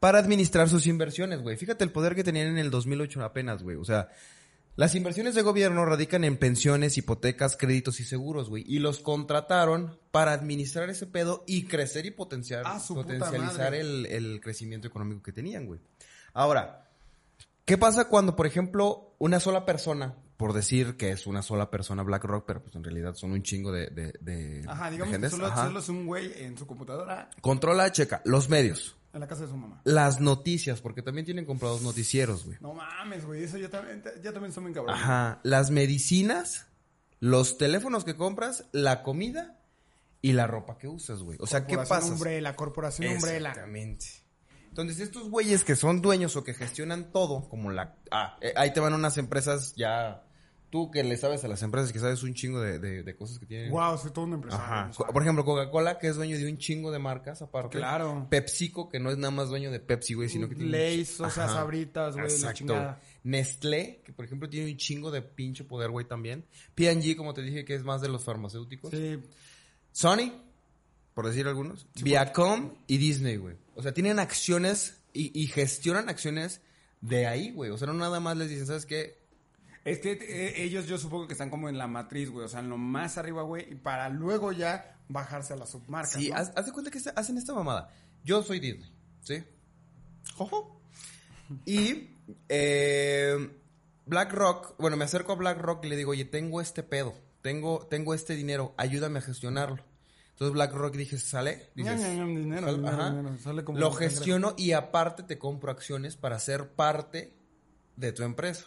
Speaker 3: para administrar sus inversiones, güey. Fíjate el poder que tenían en el 2008 apenas, güey. O sea, las inversiones de gobierno radican en pensiones, hipotecas, créditos y seguros, güey. Y los contrataron para administrar ese pedo y crecer y potenciar,
Speaker 1: Ah, su puta
Speaker 3: potencializar
Speaker 1: madre.
Speaker 3: el, el crecimiento económico que tenían, güey. Ahora, ¿Qué pasa cuando, por ejemplo, una sola persona, por decir que es una sola persona BlackRock, pero pues en realidad son un chingo de... de, de-
Speaker 1: Ajá,
Speaker 3: de
Speaker 1: digamos que
Speaker 3: gentes,
Speaker 1: solo,
Speaker 3: ajá.
Speaker 1: solo es un güey en su computadora
Speaker 3: Controla, checa, los medios,
Speaker 1: en la casa de su mamá.
Speaker 3: las noticias, porque también tienen comprados noticieros, güey.
Speaker 1: No mames, güey, eso yo también, yo también soy muy cabrón.
Speaker 3: Ajá, las medicinas, los teléfonos que compras, la comida y la ropa que usas, güey. O sea, ¿qué
Speaker 1: Corporación
Speaker 3: pasa?
Speaker 1: Umbrella, corporación Umbrella.
Speaker 3: Exactamente. Entonces, estos güeyes que son dueños o que gestionan todo, como la... Ah, eh, ahí te van unas empresas ya... Tú que le sabes a las empresas, que sabes un chingo de, de- de cosas que tienen.
Speaker 1: Wow, soy todo un empresario.
Speaker 3: Ajá.
Speaker 1: no
Speaker 3: Co-
Speaker 1: sabes.
Speaker 3: Por ejemplo, Coca-Cola, que es dueño de un chingo de marcas aparte.
Speaker 1: Claro.
Speaker 3: PepsiCo, que no es nada más dueño de Pepsi, güey, sino que tiene... un chi-
Speaker 1: Lay's, o sea,
Speaker 3: Ajá.
Speaker 1: Sabritas, güey, la chingada.
Speaker 3: Nestlé, que por ejemplo tiene un chingo de pinche poder, güey, también. P&G, como te dije, que es más de los farmacéuticos.
Speaker 1: Sí,
Speaker 3: Sony, por decir algunos, Viacom y Disney, güey. O sea, tienen acciones y, y gestionan acciones de ahí, güey. O sea, no nada más les dicen, ¿sabes qué?
Speaker 1: Es que eh, ellos yo supongo que están como en la matriz, güey, o sea, en lo más arriba, güey, y para luego ya bajarse a la submarca.
Speaker 3: Sí, haz, haz de cuenta que esta- hacen esta mamada. Yo soy Disney, ¿sí? Jojo. Y eh, BlackRock, bueno, me acerco a BlackRock y le digo, oye, tengo este pedo, tengo, tengo este dinero, ayúdame a gestionarlo. Entonces BlackRock dije, ¿sale? Dices,
Speaker 1: Ña, ña, ña, dinero,
Speaker 3: "Sal-
Speaker 1: dinero,
Speaker 3: ajá".
Speaker 1: dinero, sale como
Speaker 3: Lo
Speaker 1: un cangrejo.
Speaker 3: gestiono y aparte te compro acciones para ser parte de tu empresa.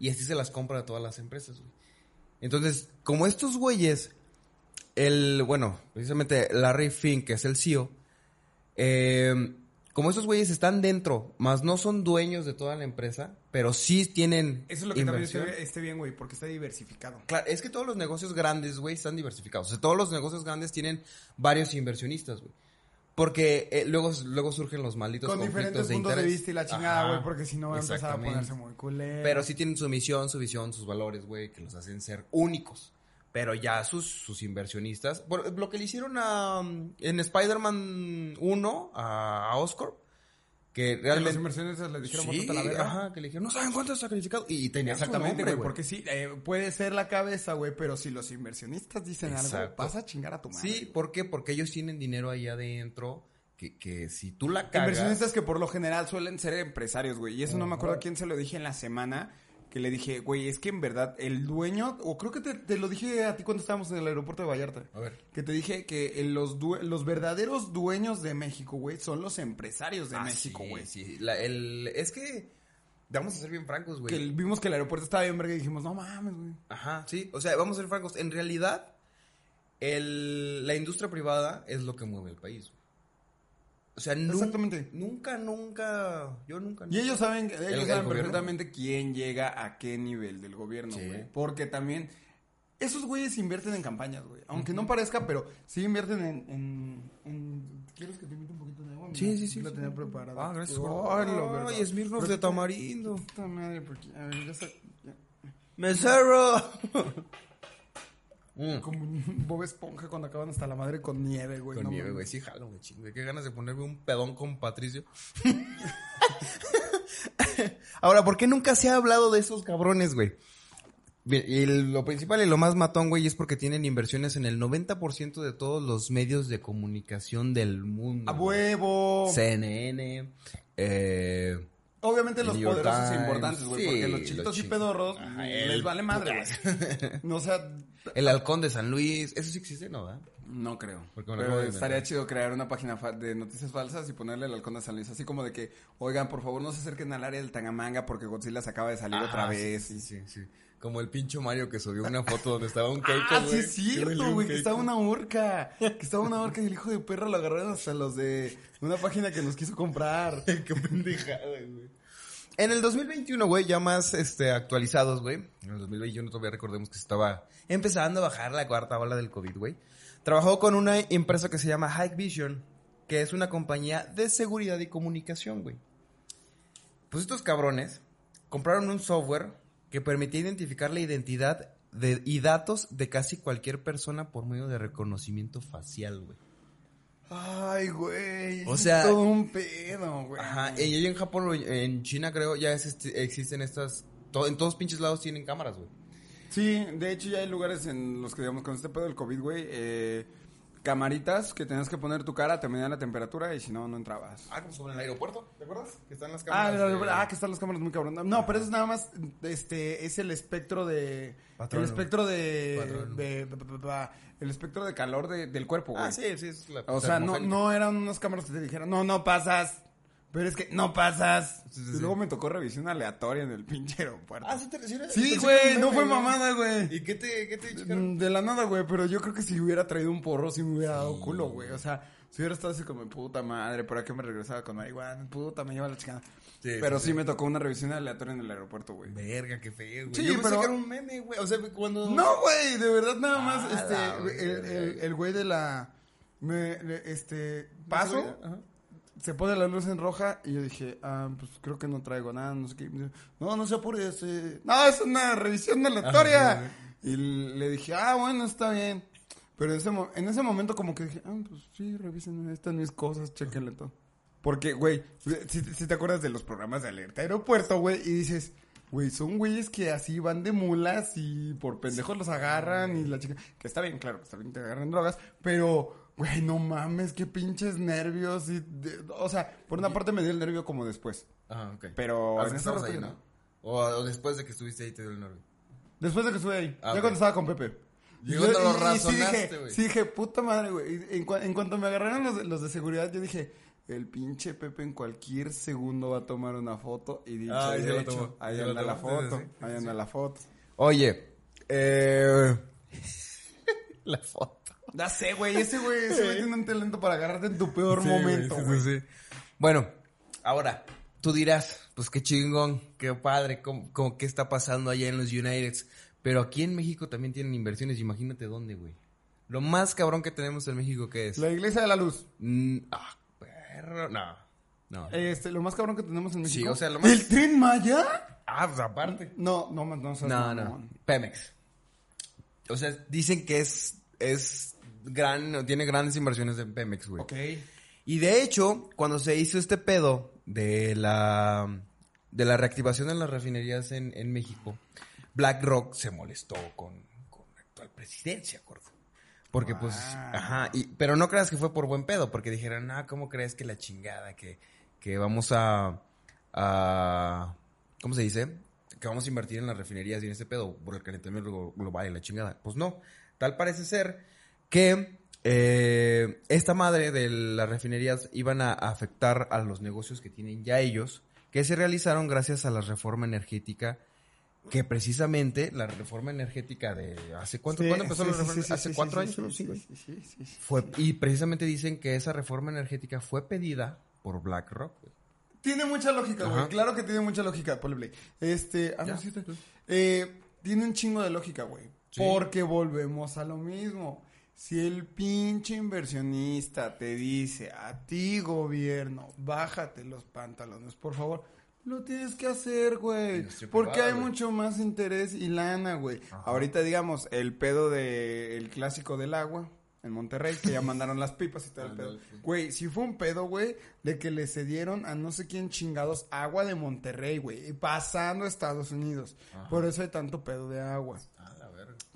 Speaker 3: Y así se las compra a todas las empresas, güey. Entonces, como estos güeyes el, bueno, precisamente Larry Fink, que es el CEO, eh, E Como esos güeyes están dentro, más no son dueños de toda la empresa, pero sí tienen
Speaker 1: Eso es lo que
Speaker 3: inversión.
Speaker 1: también esté, esté bien, güey, porque está diversificado.
Speaker 3: Claro, es que todos los negocios grandes, güey, están diversificados. O sea, todos los negocios grandes tienen varios inversionistas, güey. Porque eh, luego, luego surgen los malditos
Speaker 1: Con diferentes
Speaker 3: conflictos de
Speaker 1: puntos
Speaker 3: interés.
Speaker 1: de vista y la chingada,
Speaker 3: Ajá.
Speaker 1: güey, porque si no va a empezar a
Speaker 3: Exactamente.
Speaker 1: ponerse muy culero.
Speaker 3: Pero sí tienen su misión, su visión, sus valores, güey, que los hacen ser únicos. Pero ya sus, sus inversionistas. por- lo que le hicieron a, mm, en Spider-Man 1 a, a Oscorp, que
Speaker 1: Que los
Speaker 3: realmente.
Speaker 1: inversionistas les dijeron,
Speaker 3: Sí,
Speaker 1: "Bótate a la verga".
Speaker 3: ajá, que le dijeron, no saben cuánto es sacrificado. Y tenía
Speaker 1: Exactamente, güey, porque sí, eh, puede ser la cabeza, güey, pero si los inversionistas dicen algo,
Speaker 3: Exacto.
Speaker 1: vas a chingar a tu madre.
Speaker 3: Sí, ¿por qué? Porque ellos tienen dinero ahí adentro que, que si tú la cagas...
Speaker 1: Inversionistas que por lo general suelen ser empresarios, güey. Y eso no me acuerdo a quién se lo dije en la semana. Que le dije, güey, es que en verdad el dueño, o creo que te, te lo dije a ti cuando estábamos en el aeropuerto de Vallarta.
Speaker 3: A ver.
Speaker 1: Que te dije que eh, los, due- los verdaderos dueños de México, güey, son los empresarios de
Speaker 3: Ah,
Speaker 1: México,
Speaker 3: sí,
Speaker 1: güey.
Speaker 3: sí, la- el- es que... Vamos a ser bien francos, güey.
Speaker 1: Que el- vimos que el aeropuerto estaba bien verga y dijimos, no mames, güey.
Speaker 3: Ajá, sí. O sea, vamos a ser francos. En realidad, el- la industria privada es lo que mueve el país. güey. O sea, nun-
Speaker 1: Exactamente.
Speaker 3: nunca, nunca, yo nunca.
Speaker 1: Y ellos saben, ellos
Speaker 3: el
Speaker 1: saben
Speaker 3: gobierno.
Speaker 1: perfectamente quién llega a qué nivel del gobierno,
Speaker 3: Sí.
Speaker 1: güey. Porque también esos güeyes invierten en campañas, güey. Aunque no parezca, pero sí invierten en... en- en- ¿Quieres que te invite un poquito de agua? Mira, La tenía preparada.
Speaker 3: Ah, gracias.
Speaker 1: Ay, la verdad.
Speaker 3: Ay, Smirnoff de tamarindo.
Speaker 1: Puta madre, porque... A ver, ya está... ya.
Speaker 3: Mesero. Mm.
Speaker 1: Como un Bob Esponja cuando acaban hasta la madre con nieve, güey.
Speaker 3: Con
Speaker 1: no
Speaker 3: nieve,
Speaker 1: mames.
Speaker 3: güey. Sí, jalo, güey. Chingue. Qué ganas de ponerme un pedón con Patricio. Ahora, ¿por qué nunca se ha hablado de esos cabrones, güey? Bien, Y lo principal y lo más matón, güey, es porque tienen inversiones en el 90% de todos los medios de comunicación del mundo.
Speaker 1: ¡A
Speaker 3: güey.
Speaker 1: huevo!
Speaker 3: CNN, eh,
Speaker 1: Obviamente los
Speaker 3: New York
Speaker 1: poderosos e
Speaker 3: Times,
Speaker 1: importantes, güey,
Speaker 3: sí,
Speaker 1: porque los
Speaker 3: los
Speaker 1: chiquitos y
Speaker 3: chi-
Speaker 1: pedorros
Speaker 3: Ajá,
Speaker 1: les
Speaker 3: el
Speaker 1: vale madre, güey. No, o sea,
Speaker 3: El Halcón de San Luis. Eso sí existe, ¿no? verdad?
Speaker 1: no creo.
Speaker 3: Porque me lo acabo
Speaker 1: Pero
Speaker 3: de
Speaker 1: estaría
Speaker 3: inventar.
Speaker 1: chido crear una página fa- de noticias falsas y ponerle el halcón de San Luis, así como de que, oigan, por favor, no se acerquen al área del Tangamanga porque Godzilla se acaba de salir otra
Speaker 3: Ah,
Speaker 1: vez.
Speaker 3: Sí, sí, sí. Como el pincho Mario que subió una foto donde estaba un keiko,
Speaker 1: Ah, sí
Speaker 3: güey.
Speaker 1: es
Speaker 3: Que huele
Speaker 1: cierto,
Speaker 3: un
Speaker 1: güey, que
Speaker 3: keiko.
Speaker 1: estaba una orca, que estaba una orca y el hijo de perro lo agarraron hasta los de una página que nos quiso comprar.
Speaker 3: Qué pendejada, güey. En el 2021, güey, ya más este, actualizados, güey. En el 2021 todavía recordemos que se estaba empezando a bajar la cuarta ola del COVID, güey. Trabajó con una empresa que se llama Hike Vision, que es una compañía de seguridad y comunicación, güey. Pues estos cabrones compraron un software que permitía identificar la identidad de- y datos de casi cualquier persona por medio de reconocimiento facial, güey.
Speaker 1: Ay, güey.
Speaker 3: O
Speaker 1: es
Speaker 3: sea-
Speaker 1: todo un pedo, güey.
Speaker 3: Ajá, y ahí en Japón, o en- en China creo, ya es este- existen estas... to- en todos pinches lados tienen cámaras, güey.
Speaker 1: Sí, de hecho ya hay lugares en los que, digamos, con este pedo del COVID, güey, eh, camaritas que tenías que poner tu cara, te medían la temperatura y si no, no entrabas.
Speaker 3: Ah, como sobre el aeropuerto, ¿te acuerdas? Que están las
Speaker 1: Ah,
Speaker 3: cámaras.
Speaker 1: la-
Speaker 3: de-
Speaker 1: ah, que están las cámaras muy cabrón. No, pero eso es nada más, este, es el espectro de...
Speaker 3: Patrón.
Speaker 1: El espectro de...
Speaker 3: Patrón.
Speaker 1: de- pa- pa- pa- el espectro de calor de- del cuerpo, güey.
Speaker 3: Ah, sí, sí. es la-
Speaker 1: O sea, no,
Speaker 3: termofónica.
Speaker 1: no eran unas cámaras que te dijeran, no, no pasas. Pero es que no pasas.
Speaker 3: Sí, sí,
Speaker 1: y
Speaker 3: sí.
Speaker 1: luego me tocó revisión aleatoria en el pinche aeropuerto.
Speaker 3: Ah, sí, te, sí, era-
Speaker 1: Sí,
Speaker 3: pensé que
Speaker 1: güey,
Speaker 3: era
Speaker 1: no
Speaker 3: un
Speaker 1: fue
Speaker 3: meme, güey.
Speaker 1: mamada, güey.
Speaker 3: ¿Y qué te, qué te checaron?
Speaker 1: Mm, De la nada, güey, pero yo creo que si hubiera traído un porro, sí me hubiera dado culo, güey. O sea, si hubiera estado así como, puta madre, ¿para qué me regresaba con marihuana? Puta, me lleva la chingada.
Speaker 3: Sí,
Speaker 1: pero
Speaker 3: sí,
Speaker 1: sí, me tocó una revisión aleatoria en el aeropuerto, güey.
Speaker 3: Verga, qué feo, güey.
Speaker 1: Sí,
Speaker 3: Yo pensé
Speaker 1: pero-
Speaker 3: que era un meme, güey. O sea, cuando...
Speaker 1: No, güey, de verdad, nada más,
Speaker 3: Ah, la
Speaker 1: este, el-
Speaker 3: verga.
Speaker 1: el- el güey de la, me- le- este, paso,
Speaker 3: seguridad? Ajá.
Speaker 1: se pone la luz en roja y yo dije, ah, pues creo que no traigo nada, no sé qué. Y me dice, No, no se apure, este, no, es una revisión
Speaker 3: Ah, Ajá,
Speaker 1: aleatoria.
Speaker 3: ajá.
Speaker 1: Y le dije, ah, bueno, está bien. Pero en ese, mo- en ese momento como que dije, ah, pues sí, revisen, estas mis cosas, chequenle todo. Porque, güey, si, si te acuerdas de los programas de alerta aeropuerto, güey, y dices, güey, son güeyes que así van de mulas y por pendejos los agarran y la chica, que está bien, claro, está bien que agarran drogas, pero, güey, no mames, qué pinches nervios y, de- o sea, por una parte me dio el nervio como después,
Speaker 3: Ajá, ok.
Speaker 1: pero...
Speaker 3: Ahora
Speaker 1: en
Speaker 3: que
Speaker 1: ese
Speaker 3: estabas ahí,
Speaker 1: rato-
Speaker 3: ¿no? O, o después de que estuviste ahí te dio el nervio.
Speaker 1: Después de que estuve ahí.
Speaker 3: Ah,
Speaker 1: ya
Speaker 3: ok.
Speaker 1: cuando estaba con Pepe.
Speaker 3: Llegó cuando lo razonaste,
Speaker 1: Sí dije,
Speaker 3: güey.
Speaker 1: sí dije, puta madre, güey. Y En, cua- en cuanto me agarraron los, de- los de seguridad, yo dije, el pinche Pepe en cualquier segundo va a tomar una foto. Y dicho
Speaker 3: Ah,
Speaker 1: y
Speaker 3: ya lo
Speaker 1: hecho,
Speaker 3: tomó.
Speaker 1: ahí
Speaker 3: Ya lo
Speaker 1: anda la
Speaker 3: tomó, sí,
Speaker 1: foto,
Speaker 3: sí, sí,
Speaker 1: ahí
Speaker 3: sí.
Speaker 1: anda la foto.
Speaker 3: Oye, eh... la foto.
Speaker 1: Ya sé, güey, ese güey, ese güey tiene un talento para agarrarte en tu peor
Speaker 3: Sí,
Speaker 1: momento,
Speaker 3: sí,
Speaker 1: güey.
Speaker 3: sí, sí. Bueno, ahora, tú dirás, pues qué chingón, qué padre, cómo, cómo- qué está pasando allá en los Uniteds. Pero aquí en México también tienen inversiones, imagínate dónde, güey. Lo más cabrón que tenemos en México, ¿qué es?
Speaker 1: La iglesia de la luz.
Speaker 3: Mm, ah, perro, no. No.
Speaker 1: Este, lo más cabrón que tenemos en
Speaker 3: Sí,
Speaker 1: México.
Speaker 3: o sea, lo más-
Speaker 1: ¿El tren Maya?
Speaker 3: Ah, pues aparte.
Speaker 1: No, no, no, no. seas
Speaker 3: No, no.
Speaker 1: mamón.
Speaker 3: Pemex. O sea, dicen que es, es gran, tiene grandes inversiones en Pemex, güey.
Speaker 1: Ok.
Speaker 3: Y de hecho, cuando se hizo este pedo de la, de la reactivación de las refinerías en, en México, BlackRock se molestó con, con la actual presidencia, gordo. Porque pues,
Speaker 1: Ah.
Speaker 3: ajá, y- pero no creas que fue por buen pedo, porque dijeron, no, ¿cómo crees que la chingada, que, que vamos a, a- ¿cómo se dice? Que vamos a invertir en las refinerías y en este pedo por el calentamiento glo- global y la chingada. Pues no, tal parece ser que eh, esta madre de las refinerías iban a afectar a los negocios que tienen ya ellos, que se realizaron gracias a la reforma energética, que precisamente la reforma energética de hace cuánto,
Speaker 1: Sí,
Speaker 3: ¿cuándo empezó
Speaker 1: sí,
Speaker 3: la
Speaker 1: sí,
Speaker 3: reforma?
Speaker 1: sí, sí,
Speaker 3: hace
Speaker 1: sí,
Speaker 3: cuatro
Speaker 1: sí,
Speaker 3: años,
Speaker 1: sí,
Speaker 3: ¿no?
Speaker 1: sí,
Speaker 3: Sí, güey.
Speaker 1: sí, sí, sí, sí.
Speaker 3: Fue, y precisamente dicen que esa reforma energética fue pedida por BlackRock. güey.
Speaker 1: Tiene mucha lógica, güey.
Speaker 3: Ajá.
Speaker 1: Claro que tiene mucha lógica, Poli Blake. Este, ah, no,
Speaker 3: Ya.
Speaker 1: sí está. Eh, tiene un chingo de lógica, güey.
Speaker 3: Sí.
Speaker 1: Porque volvemos a lo mismo. Si el pinche inversionista te dice a ti, gobierno, bájate los pantalones, por favor, lo tienes que hacer, güey.
Speaker 3: Industria
Speaker 1: Porque
Speaker 3: privada,
Speaker 1: hay
Speaker 3: güey.
Speaker 1: mucho más interés y lana, güey. Ahorita, digamos, el pedo del clásico del agua en Monterrey, que ya mandaron las pipas y todo el pedo.
Speaker 3: Ándale, sí.
Speaker 1: Güey, si fue un pedo, güey, de que le cedieron a no sé quién chingados agua de Monterrey, güey, pasando a Estados Unidos. Por eso hay tanto pedo de agua.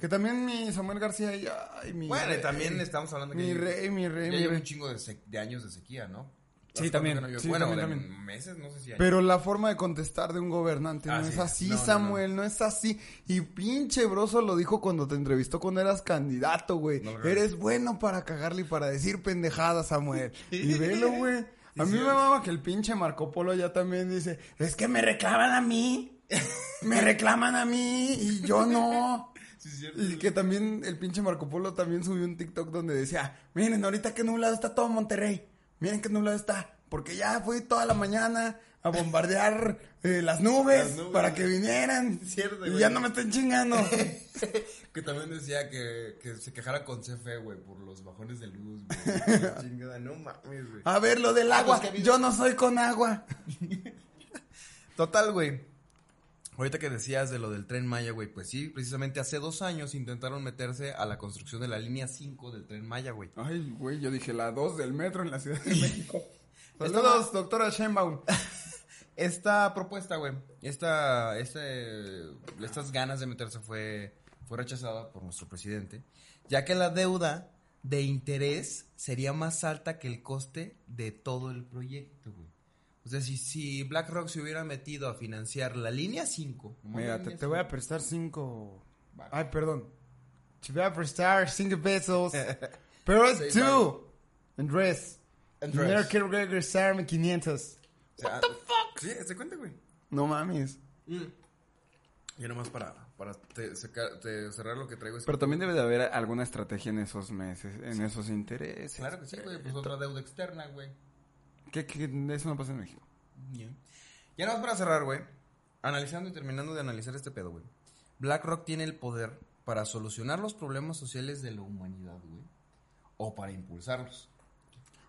Speaker 1: Que también mi Samuel García y ay, mi
Speaker 3: Bueno, y
Speaker 1: rey,
Speaker 3: también estamos hablando que
Speaker 1: mi
Speaker 3: ya-
Speaker 1: rey, mi rey,
Speaker 3: ya
Speaker 1: mi
Speaker 3: lleva
Speaker 1: rey.
Speaker 3: un chingo de, sec- de años de sequía, ¿no?
Speaker 1: Sí,
Speaker 3: Hace
Speaker 1: también,
Speaker 3: cuánto que no llueve.
Speaker 1: sí,
Speaker 3: bueno,
Speaker 1: también,
Speaker 3: de
Speaker 1: también.
Speaker 3: meses, no sé si años.
Speaker 1: Pero la forma de contestar de un gobernante
Speaker 3: Ah,
Speaker 1: no
Speaker 3: sí.
Speaker 1: es así,
Speaker 3: No, no,
Speaker 1: Samuel, no, es así. Y pinche Broso lo dijo cuando te entrevistó cuando eras candidato, güey.
Speaker 3: No lo creo.
Speaker 1: Eres bueno para cagarle y para decir pendejadas, Samuel. Y velo, güey. A
Speaker 3: Sí,
Speaker 1: mí me
Speaker 3: sí.
Speaker 1: mama que el pinche Marco Polo ya también dice, es que me reclaman a mí, me reclaman a mí y yo no.
Speaker 3: Sí, es cierto.
Speaker 1: Y que también el pinche Marco Polo también subió un TikTok donde decía, miren, ahorita que nublado está todo Monterrey, miren que nublado está, porque ya fui toda la mañana a bombardear eh, las, nubes
Speaker 3: Las nubes.
Speaker 1: para que vinieran.
Speaker 3: Cierto,
Speaker 1: y
Speaker 3: güey.
Speaker 1: ya no me estén chingando.
Speaker 3: Que también decía que, que se quejara con CFE, güey, por los bajones de luz, güey. La chingada, no mames, güey.
Speaker 1: A ver, lo del
Speaker 3: pues,
Speaker 1: agua,
Speaker 3: que vive-
Speaker 1: yo no soy con agua.
Speaker 3: Total, güey. Ahorita que decías de lo del tren Maya, güey, pues sí, precisamente hace dos años intentaron meterse a la construcción de la línea 5 del tren Maya, güey.
Speaker 1: Ay, güey, yo dije la 2 del metro en la Ciudad de México.
Speaker 3: Saludos,
Speaker 1: Saludos, doctora Sheinbaum.
Speaker 3: Esta propuesta, güey, esta, este, estas ganas de meterse fue, fue rechazada por nuestro presidente, ya que la deuda de interés sería más alta que el coste de todo el proyecto, güey. O sea, si, si BlackRock se hubiera metido a financiar la línea 5... nomás la
Speaker 1: Mira, te,
Speaker 3: línea
Speaker 1: te voy a
Speaker 3: 5,
Speaker 1: prestar cinco.
Speaker 3: Vale.
Speaker 1: Ay, perdón. Te voy a prestar cinco pesos. Pero es
Speaker 3: Sí,
Speaker 1: tú. Andrés.
Speaker 3: Andrés.
Speaker 1: Andrés. quiero regresarme 500.
Speaker 3: o sea, Sí, se cuenta, güey.
Speaker 1: No mames.
Speaker 3: Mm. Ya nomás para, para te- seca- te- cerrar lo que traigo es...
Speaker 1: Pero también debe de haber alguna estrategia en esos meses, en esos intereses.
Speaker 3: Claro que sí, güey, pues otra deuda externa, güey.
Speaker 1: ¿Qué, qué- eso no pasa en México.
Speaker 3: Ya nada más para cerrar, güey. Analizando y terminando de analizar este pedo, güey. BlackRock tiene el poder para solucionar los problemas sociales de la humanidad, güey. O para impulsarlos.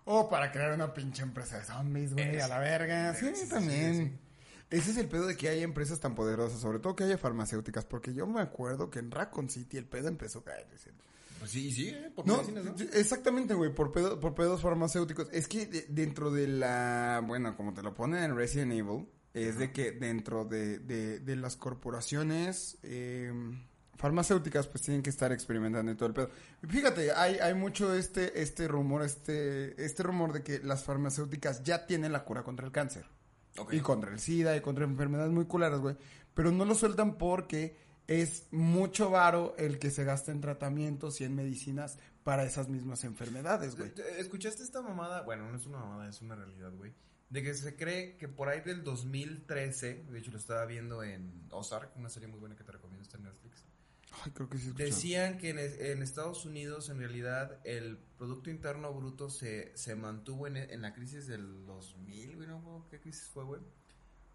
Speaker 1: O Oh, para crear una pinche empresa de zombies, güey, a la verga. Sí,
Speaker 3: sí,
Speaker 1: también.
Speaker 3: sí, sí.
Speaker 1: Ese es el pedo de que haya empresas tan poderosas, sobre todo que haya farmacéuticas, porque yo me acuerdo que en Raccoon City el pedo empezó a decir,
Speaker 3: Pues sí, sí, ¿eh? Por
Speaker 1: No,
Speaker 3: medicinas, ¿no?
Speaker 1: sí, exactamente, güey, por, pedo- por pedos farmacéuticos. Es que de- dentro de la, bueno, como te lo ponen en Resident Evil, es de que dentro de, de- de las corporaciones eh, farmacéuticas, pues tienen que estar experimentando y todo el pedo. Y Fíjate, hay, hay mucho este, este rumor, este, este rumor de que las farmacéuticas ya tienen la cura contra el cáncer.
Speaker 3: Ok.
Speaker 1: Y contra el SIDA y contra enfermedades muy culares, güey. Pero no lo sueltan porque es mucho varo el que se gasta en tratamientos y en medicinas para esas mismas enfermedades, güey.
Speaker 3: ¿Te- Eh, ¿Escuchaste esta mamada? Bueno, no es una mamada, es una realidad, güey. De que se cree que por ahí del 2013, de hecho lo estaba viendo en Ozark, una serie muy buena que te recomiendo, está en Netflix.
Speaker 1: Ay, creo que sí escuché.
Speaker 3: Decían que en, es- en Estados Unidos, en realidad, el Producto Interno Bruto se, se mantuvo en, e- en la crisis del 2000, güey, no me acuerdo qué crisis fue, güey,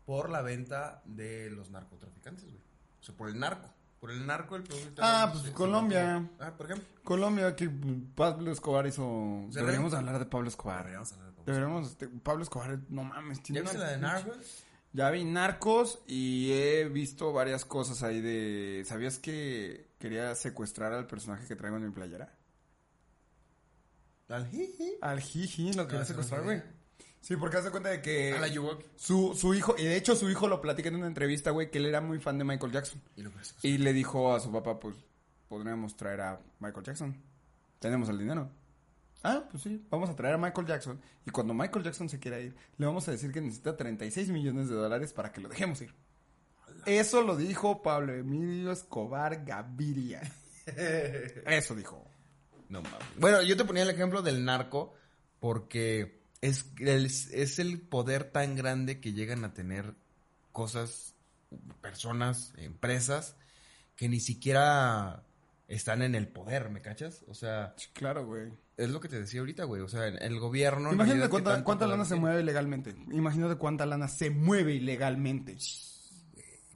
Speaker 3: por la venta de los narcotraficantes, güey. O sea, por el narco. Por el narco, el Producto Interno
Speaker 1: Ah,
Speaker 3: Bruto
Speaker 1: pues,
Speaker 3: se- se
Speaker 1: Colombia.
Speaker 3: mantuvo. Ah, por ejemplo.
Speaker 1: Colombia, que Pablo Escobar hizo...
Speaker 3: Se
Speaker 1: Deberíamos
Speaker 3: re-
Speaker 1: hablar de Pablo Escobar.
Speaker 3: Vamos a hablar de Colombia.
Speaker 1: Deberíamos... este, Pablo Escobar, no mames. tiene
Speaker 3: ¿Ya viste
Speaker 1: una
Speaker 3: la de
Speaker 1: pinche-
Speaker 3: Narcos?
Speaker 1: Ya vi Narcos y he visto varias cosas ahí de... ¿Sabías que quería secuestrar al personaje que traigo en mi playera?
Speaker 3: Al jiji.
Speaker 1: Al Jiji, lo quería
Speaker 3: Ah, se me
Speaker 1: secuestrar, güey.
Speaker 3: olvidó.
Speaker 1: Sí, porque hace cuenta de que...
Speaker 3: A la Yuwoki.
Speaker 1: Su, su hijo, y de hecho su hijo lo platica en una entrevista, güey, que él era muy fan de Michael Jackson.
Speaker 3: Y lo puedes
Speaker 1: Y le dijo a su papá, pues, podríamos traer a Michael Jackson. Tenemos el dinero. Ah, pues sí, vamos a traer a Michael Jackson. Y cuando Michael Jackson se quiera ir, le vamos a decir que necesita 36 millones de dólares para que lo dejemos ir. Eso lo dijo Pablo Emilio Escobar Gaviria. Eso dijo.
Speaker 3: No mames. Bueno, yo te ponía el ejemplo del narco porque es el, es el poder tan grande que llegan a tener cosas, personas, empresas que ni siquiera están en el poder, ¿me cachas? O sea,
Speaker 1: Claro, güey.
Speaker 3: es lo que te decía ahorita, güey. O sea, en- el gobierno. en
Speaker 1: Imagínate
Speaker 3: realidad, ¿qué
Speaker 1: cuánta,
Speaker 3: tanto
Speaker 1: cuánta
Speaker 3: poder
Speaker 1: lana se
Speaker 3: tiene?
Speaker 1: mueve ilegalmente. Imagínate cuánta lana se mueve ilegalmente.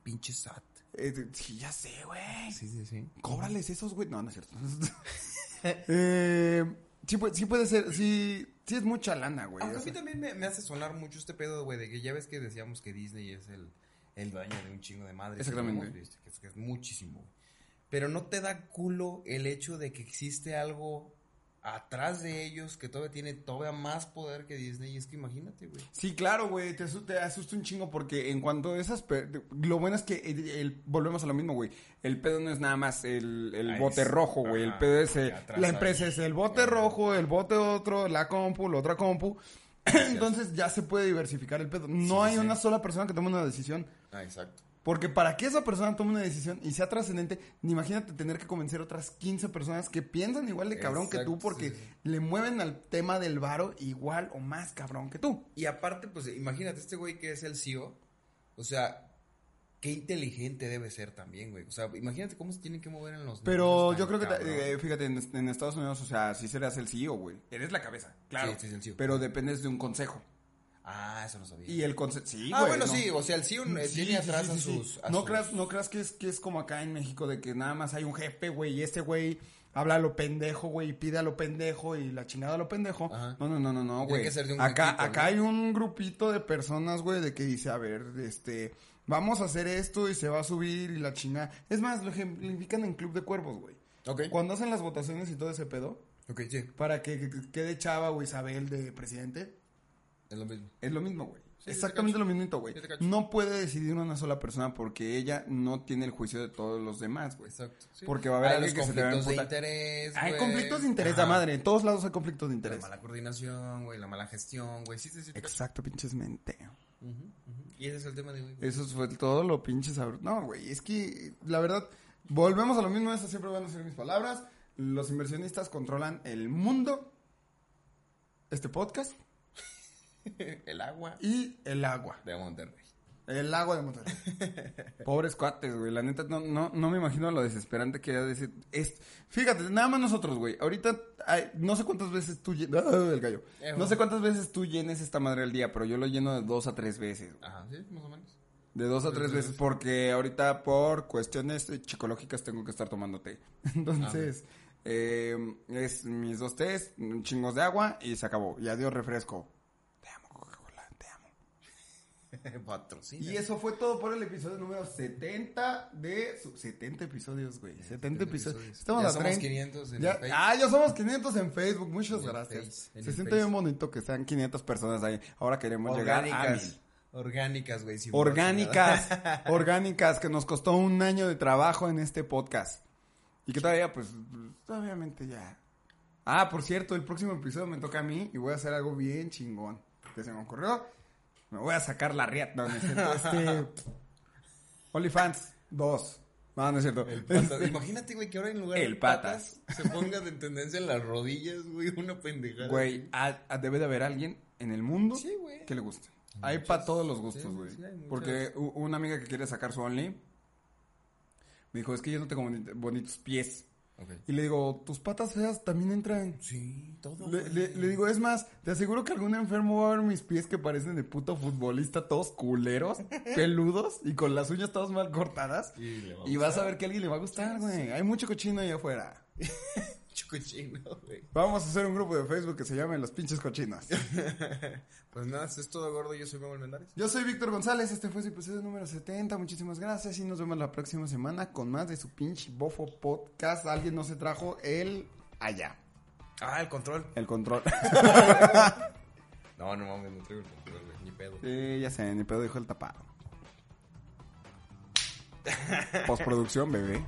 Speaker 3: Pinche SAT.
Speaker 1: Eh, sí, ya sé, güey.
Speaker 3: Sí, sí, sí.
Speaker 1: Cóbrales esos, güey. No, no es cierto. Eh, sí, pu- sí puede ser, sí, sí es mucha lana, güey.
Speaker 3: Aunque
Speaker 1: o
Speaker 3: a mí
Speaker 1: sea.
Speaker 3: también me, me hace sonar mucho este pedo, güey, de que ya ves que decíamos que Disney es el, el dueño de un chingo de madre.
Speaker 1: Exactamente.
Speaker 3: Que, es- que es, que es muchísimo, güey. Pero no te da culo el hecho de que existe algo atrás de ellos que todavía tiene todavía más poder que Disney. Y es que imagínate, güey.
Speaker 1: Sí, claro, güey, te, asu- te asusta un chingo porque en cuanto a esas... pe- Lo bueno es que el- el- volvemos a lo mismo, güey. El pedo no es nada más el, el
Speaker 3: Ah,
Speaker 1: bote
Speaker 3: es-
Speaker 1: rojo, güey. El
Speaker 3: ajá,
Speaker 1: pedo es... eh,
Speaker 3: atrás
Speaker 1: la
Speaker 3: hay-
Speaker 1: empresa es el bote
Speaker 3: Ajá.
Speaker 1: rojo, el bote otro, la compu, la otra compu. Entonces ya se puede diversificar el pedo. No
Speaker 3: Sí,
Speaker 1: hay
Speaker 3: sí.
Speaker 1: una sola persona que tome una decisión.
Speaker 3: Ah, exacto.
Speaker 1: Porque para que esa persona tome una decisión y sea trascendente, ni imagínate tener que convencer a otras 15 personas que piensan igual de cabrón que tú
Speaker 3: Exacto,
Speaker 1: porque
Speaker 3: sí, sí.
Speaker 1: le mueven al tema del varo igual o más cabrón que tú.
Speaker 3: Y aparte, pues imagínate, este güey que es el CEO, o sea, qué inteligente debe ser también, güey. O sea, imagínate cómo se tienen que mover en los.
Speaker 1: Pero
Speaker 3: negocios
Speaker 1: yo
Speaker 3: tan
Speaker 1: creo que, ta-
Speaker 3: cabrón.
Speaker 1: eh, fíjate, en, en Estados Unidos, o sea, sí serás el CEO, güey. Eres la cabeza, claro.
Speaker 3: Sí, sí, es el CEO.
Speaker 1: Pero dependes de un consejo.
Speaker 3: Ah, eso no sabía.
Speaker 1: Y el consejo, sí,
Speaker 3: Ah,
Speaker 1: güey,
Speaker 3: bueno,
Speaker 1: no.
Speaker 3: sí, o sea, el CEO eh,
Speaker 1: Sí,
Speaker 3: tiene
Speaker 1: sí,
Speaker 3: atrás
Speaker 1: sí,
Speaker 3: a
Speaker 1: sí, sí.
Speaker 3: sus... a
Speaker 1: no,
Speaker 3: sus-
Speaker 1: creas, no creas que es, que es como acá en México de que nada más hay un jefe, güey, y este güey habla a lo pendejo, güey, y pide a lo pendejo y la chingada a lo pendejo.
Speaker 3: Ajá.
Speaker 1: No, no, no, no, no,
Speaker 3: Tiene
Speaker 1: güey.
Speaker 3: que ser de un
Speaker 1: Acá,
Speaker 3: grupito,
Speaker 1: acá
Speaker 3: ¿no?
Speaker 1: hay un grupito de personas, güey, de que dice, a ver, este, vamos a hacer esto y se va a subir y la chingada. Es más, lo ejemplifican en Club de Cuervos, güey.
Speaker 3: Ok,
Speaker 1: Cuando hacen las votaciones y todo ese pedo,
Speaker 3: ok, sí,
Speaker 1: para que que quede Chava o Isabel de presidente,
Speaker 3: es lo mismo.
Speaker 1: es lo mismo, güey.
Speaker 3: Sí,
Speaker 1: Exactamente
Speaker 3: yo te
Speaker 1: lo mismo, güey.
Speaker 3: Yo te cacho.
Speaker 1: No puede decidir una sola persona porque ella no tiene el juicio de todos los demás, güey.
Speaker 3: Exacto. sí.
Speaker 1: Porque va a haber
Speaker 3: Hay
Speaker 1: alguien
Speaker 3: los
Speaker 1: que se te va a
Speaker 3: conflictos de
Speaker 1: emputar.
Speaker 3: interés,
Speaker 1: Hay
Speaker 3: güey.
Speaker 1: conflictos de interés,
Speaker 3: Ajá.
Speaker 1: la madre. En todos lados hay conflictos de
Speaker 3: La
Speaker 1: interés.
Speaker 3: mala coordinación, güey, la mala gestión, güey, sí, sí, sí. te cacho.
Speaker 1: Exacto, pinches mente.
Speaker 3: Ujú, ujú. Y ese es el tema de hoy. güey.
Speaker 1: Eso fue todo lo pinches sabroso. No, güey, es que la verdad, volvemos a lo mismo, esas siempre van a ser mis palabras. Los inversionistas controlan el mundo, este podcast
Speaker 3: El agua
Speaker 1: y el agua.
Speaker 3: de Monterrey.
Speaker 1: El agua de Monterrey. Pobres cuates, güey. La neta, no, no, no me imagino lo desesperante que era decir. Es... Fíjate, nada más nosotros, güey. Ahorita, ay, no sé cuántas veces tú llenas. el gallo.
Speaker 3: Eh,
Speaker 1: No
Speaker 3: bueno.
Speaker 1: sé cuántas veces tú llenes esta madre al día, pero yo lo lleno de dos a tres veces. güey.
Speaker 3: Ajá, sí, más o menos.
Speaker 1: De dos a tres veces, porque ahorita por cuestiones eh, psicológicas tengo que estar tomando té. Entonces, eh, es mis dos tés, un chingos de agua y se acabó. Y adiós refresco. Te amo, Coca-Cola, te amo.
Speaker 3: Patrocina. este
Speaker 1: Y eso fue todo por el episodio número 70 de... su- 70 episodios, güey. 70, episodios. Estamos
Speaker 3: Ya
Speaker 1: a
Speaker 3: somos
Speaker 1: 30.
Speaker 3: 500 en
Speaker 1: Ya-
Speaker 3: Facebook.
Speaker 1: ah, ya somos 500 en Facebook. Muchas
Speaker 3: En el
Speaker 1: gracias.
Speaker 3: Face, en
Speaker 1: Se
Speaker 3: el
Speaker 1: siente
Speaker 3: Face.
Speaker 1: bien bonito que sean 500 personas ahí. Ahora queremos llegar a mil.
Speaker 3: Orgánicas. Orgánicas, güey. sin
Speaker 1: Orgánicas. orgánicas que nos costó un año de trabajo en este podcast. Y que todavía, pues, obviamente ya... Ah, por cierto, el próximo episodio me toca a mí y voy a hacer algo bien chingón. Que se me ocurrió. Me voy a sacar la riata. No, no es cierto. Este, OnlyFans 2. No, no es cierto.
Speaker 3: El patas. Imagínate, güey, que ahora en lugar
Speaker 1: El patas.
Speaker 3: se ponga de tendencia en las rodillas, güey, una pendejada.
Speaker 1: Güey, a- a- debe de haber alguien en el mundo
Speaker 3: Sí, güey.
Speaker 1: que le guste. Hay para todos los
Speaker 3: Sí,
Speaker 1: gustos,
Speaker 3: sí,
Speaker 1: güey.
Speaker 3: sí, hay muchas.
Speaker 1: Porque u- una amiga que quiere sacar su Only Me dijo, es que yo no tengo boni- bonitos pies.
Speaker 3: Ok.
Speaker 1: Y le digo, tus patas feas también entran.
Speaker 2: Sí, todo.
Speaker 1: Le,
Speaker 2: güey.
Speaker 1: le- le digo, es más, te aseguro que algún enfermo va a ver mis pies que parecen de puto futbolista, todos culeros, peludos y con las uñas todas mal cortadas.
Speaker 3: Y le va a
Speaker 1: Y vas a ver que a alguien le va a gustar, güey. Hay mucho cochino allá afuera.
Speaker 3: Chucuchino, güey.
Speaker 1: Vamos a hacer un grupo de Facebook que se llame Los Pinches Cochinos.
Speaker 3: Pues nada, eso es todo gordo. Yo soy Memo Almendares.
Speaker 1: Yo soy Víctor González, este fue su episodio número 70. Muchísimas gracias y nos vemos la próxima semana con más de su pinche bofo podcast. Alguien no se trajo el allá,
Speaker 3: Ah, el control.
Speaker 1: el control.
Speaker 3: No, no mames, no traigo el control, güey. Ni pedo.
Speaker 1: Eh, ya sé, ni pedo dijo el tapado. Postproducción, bebé.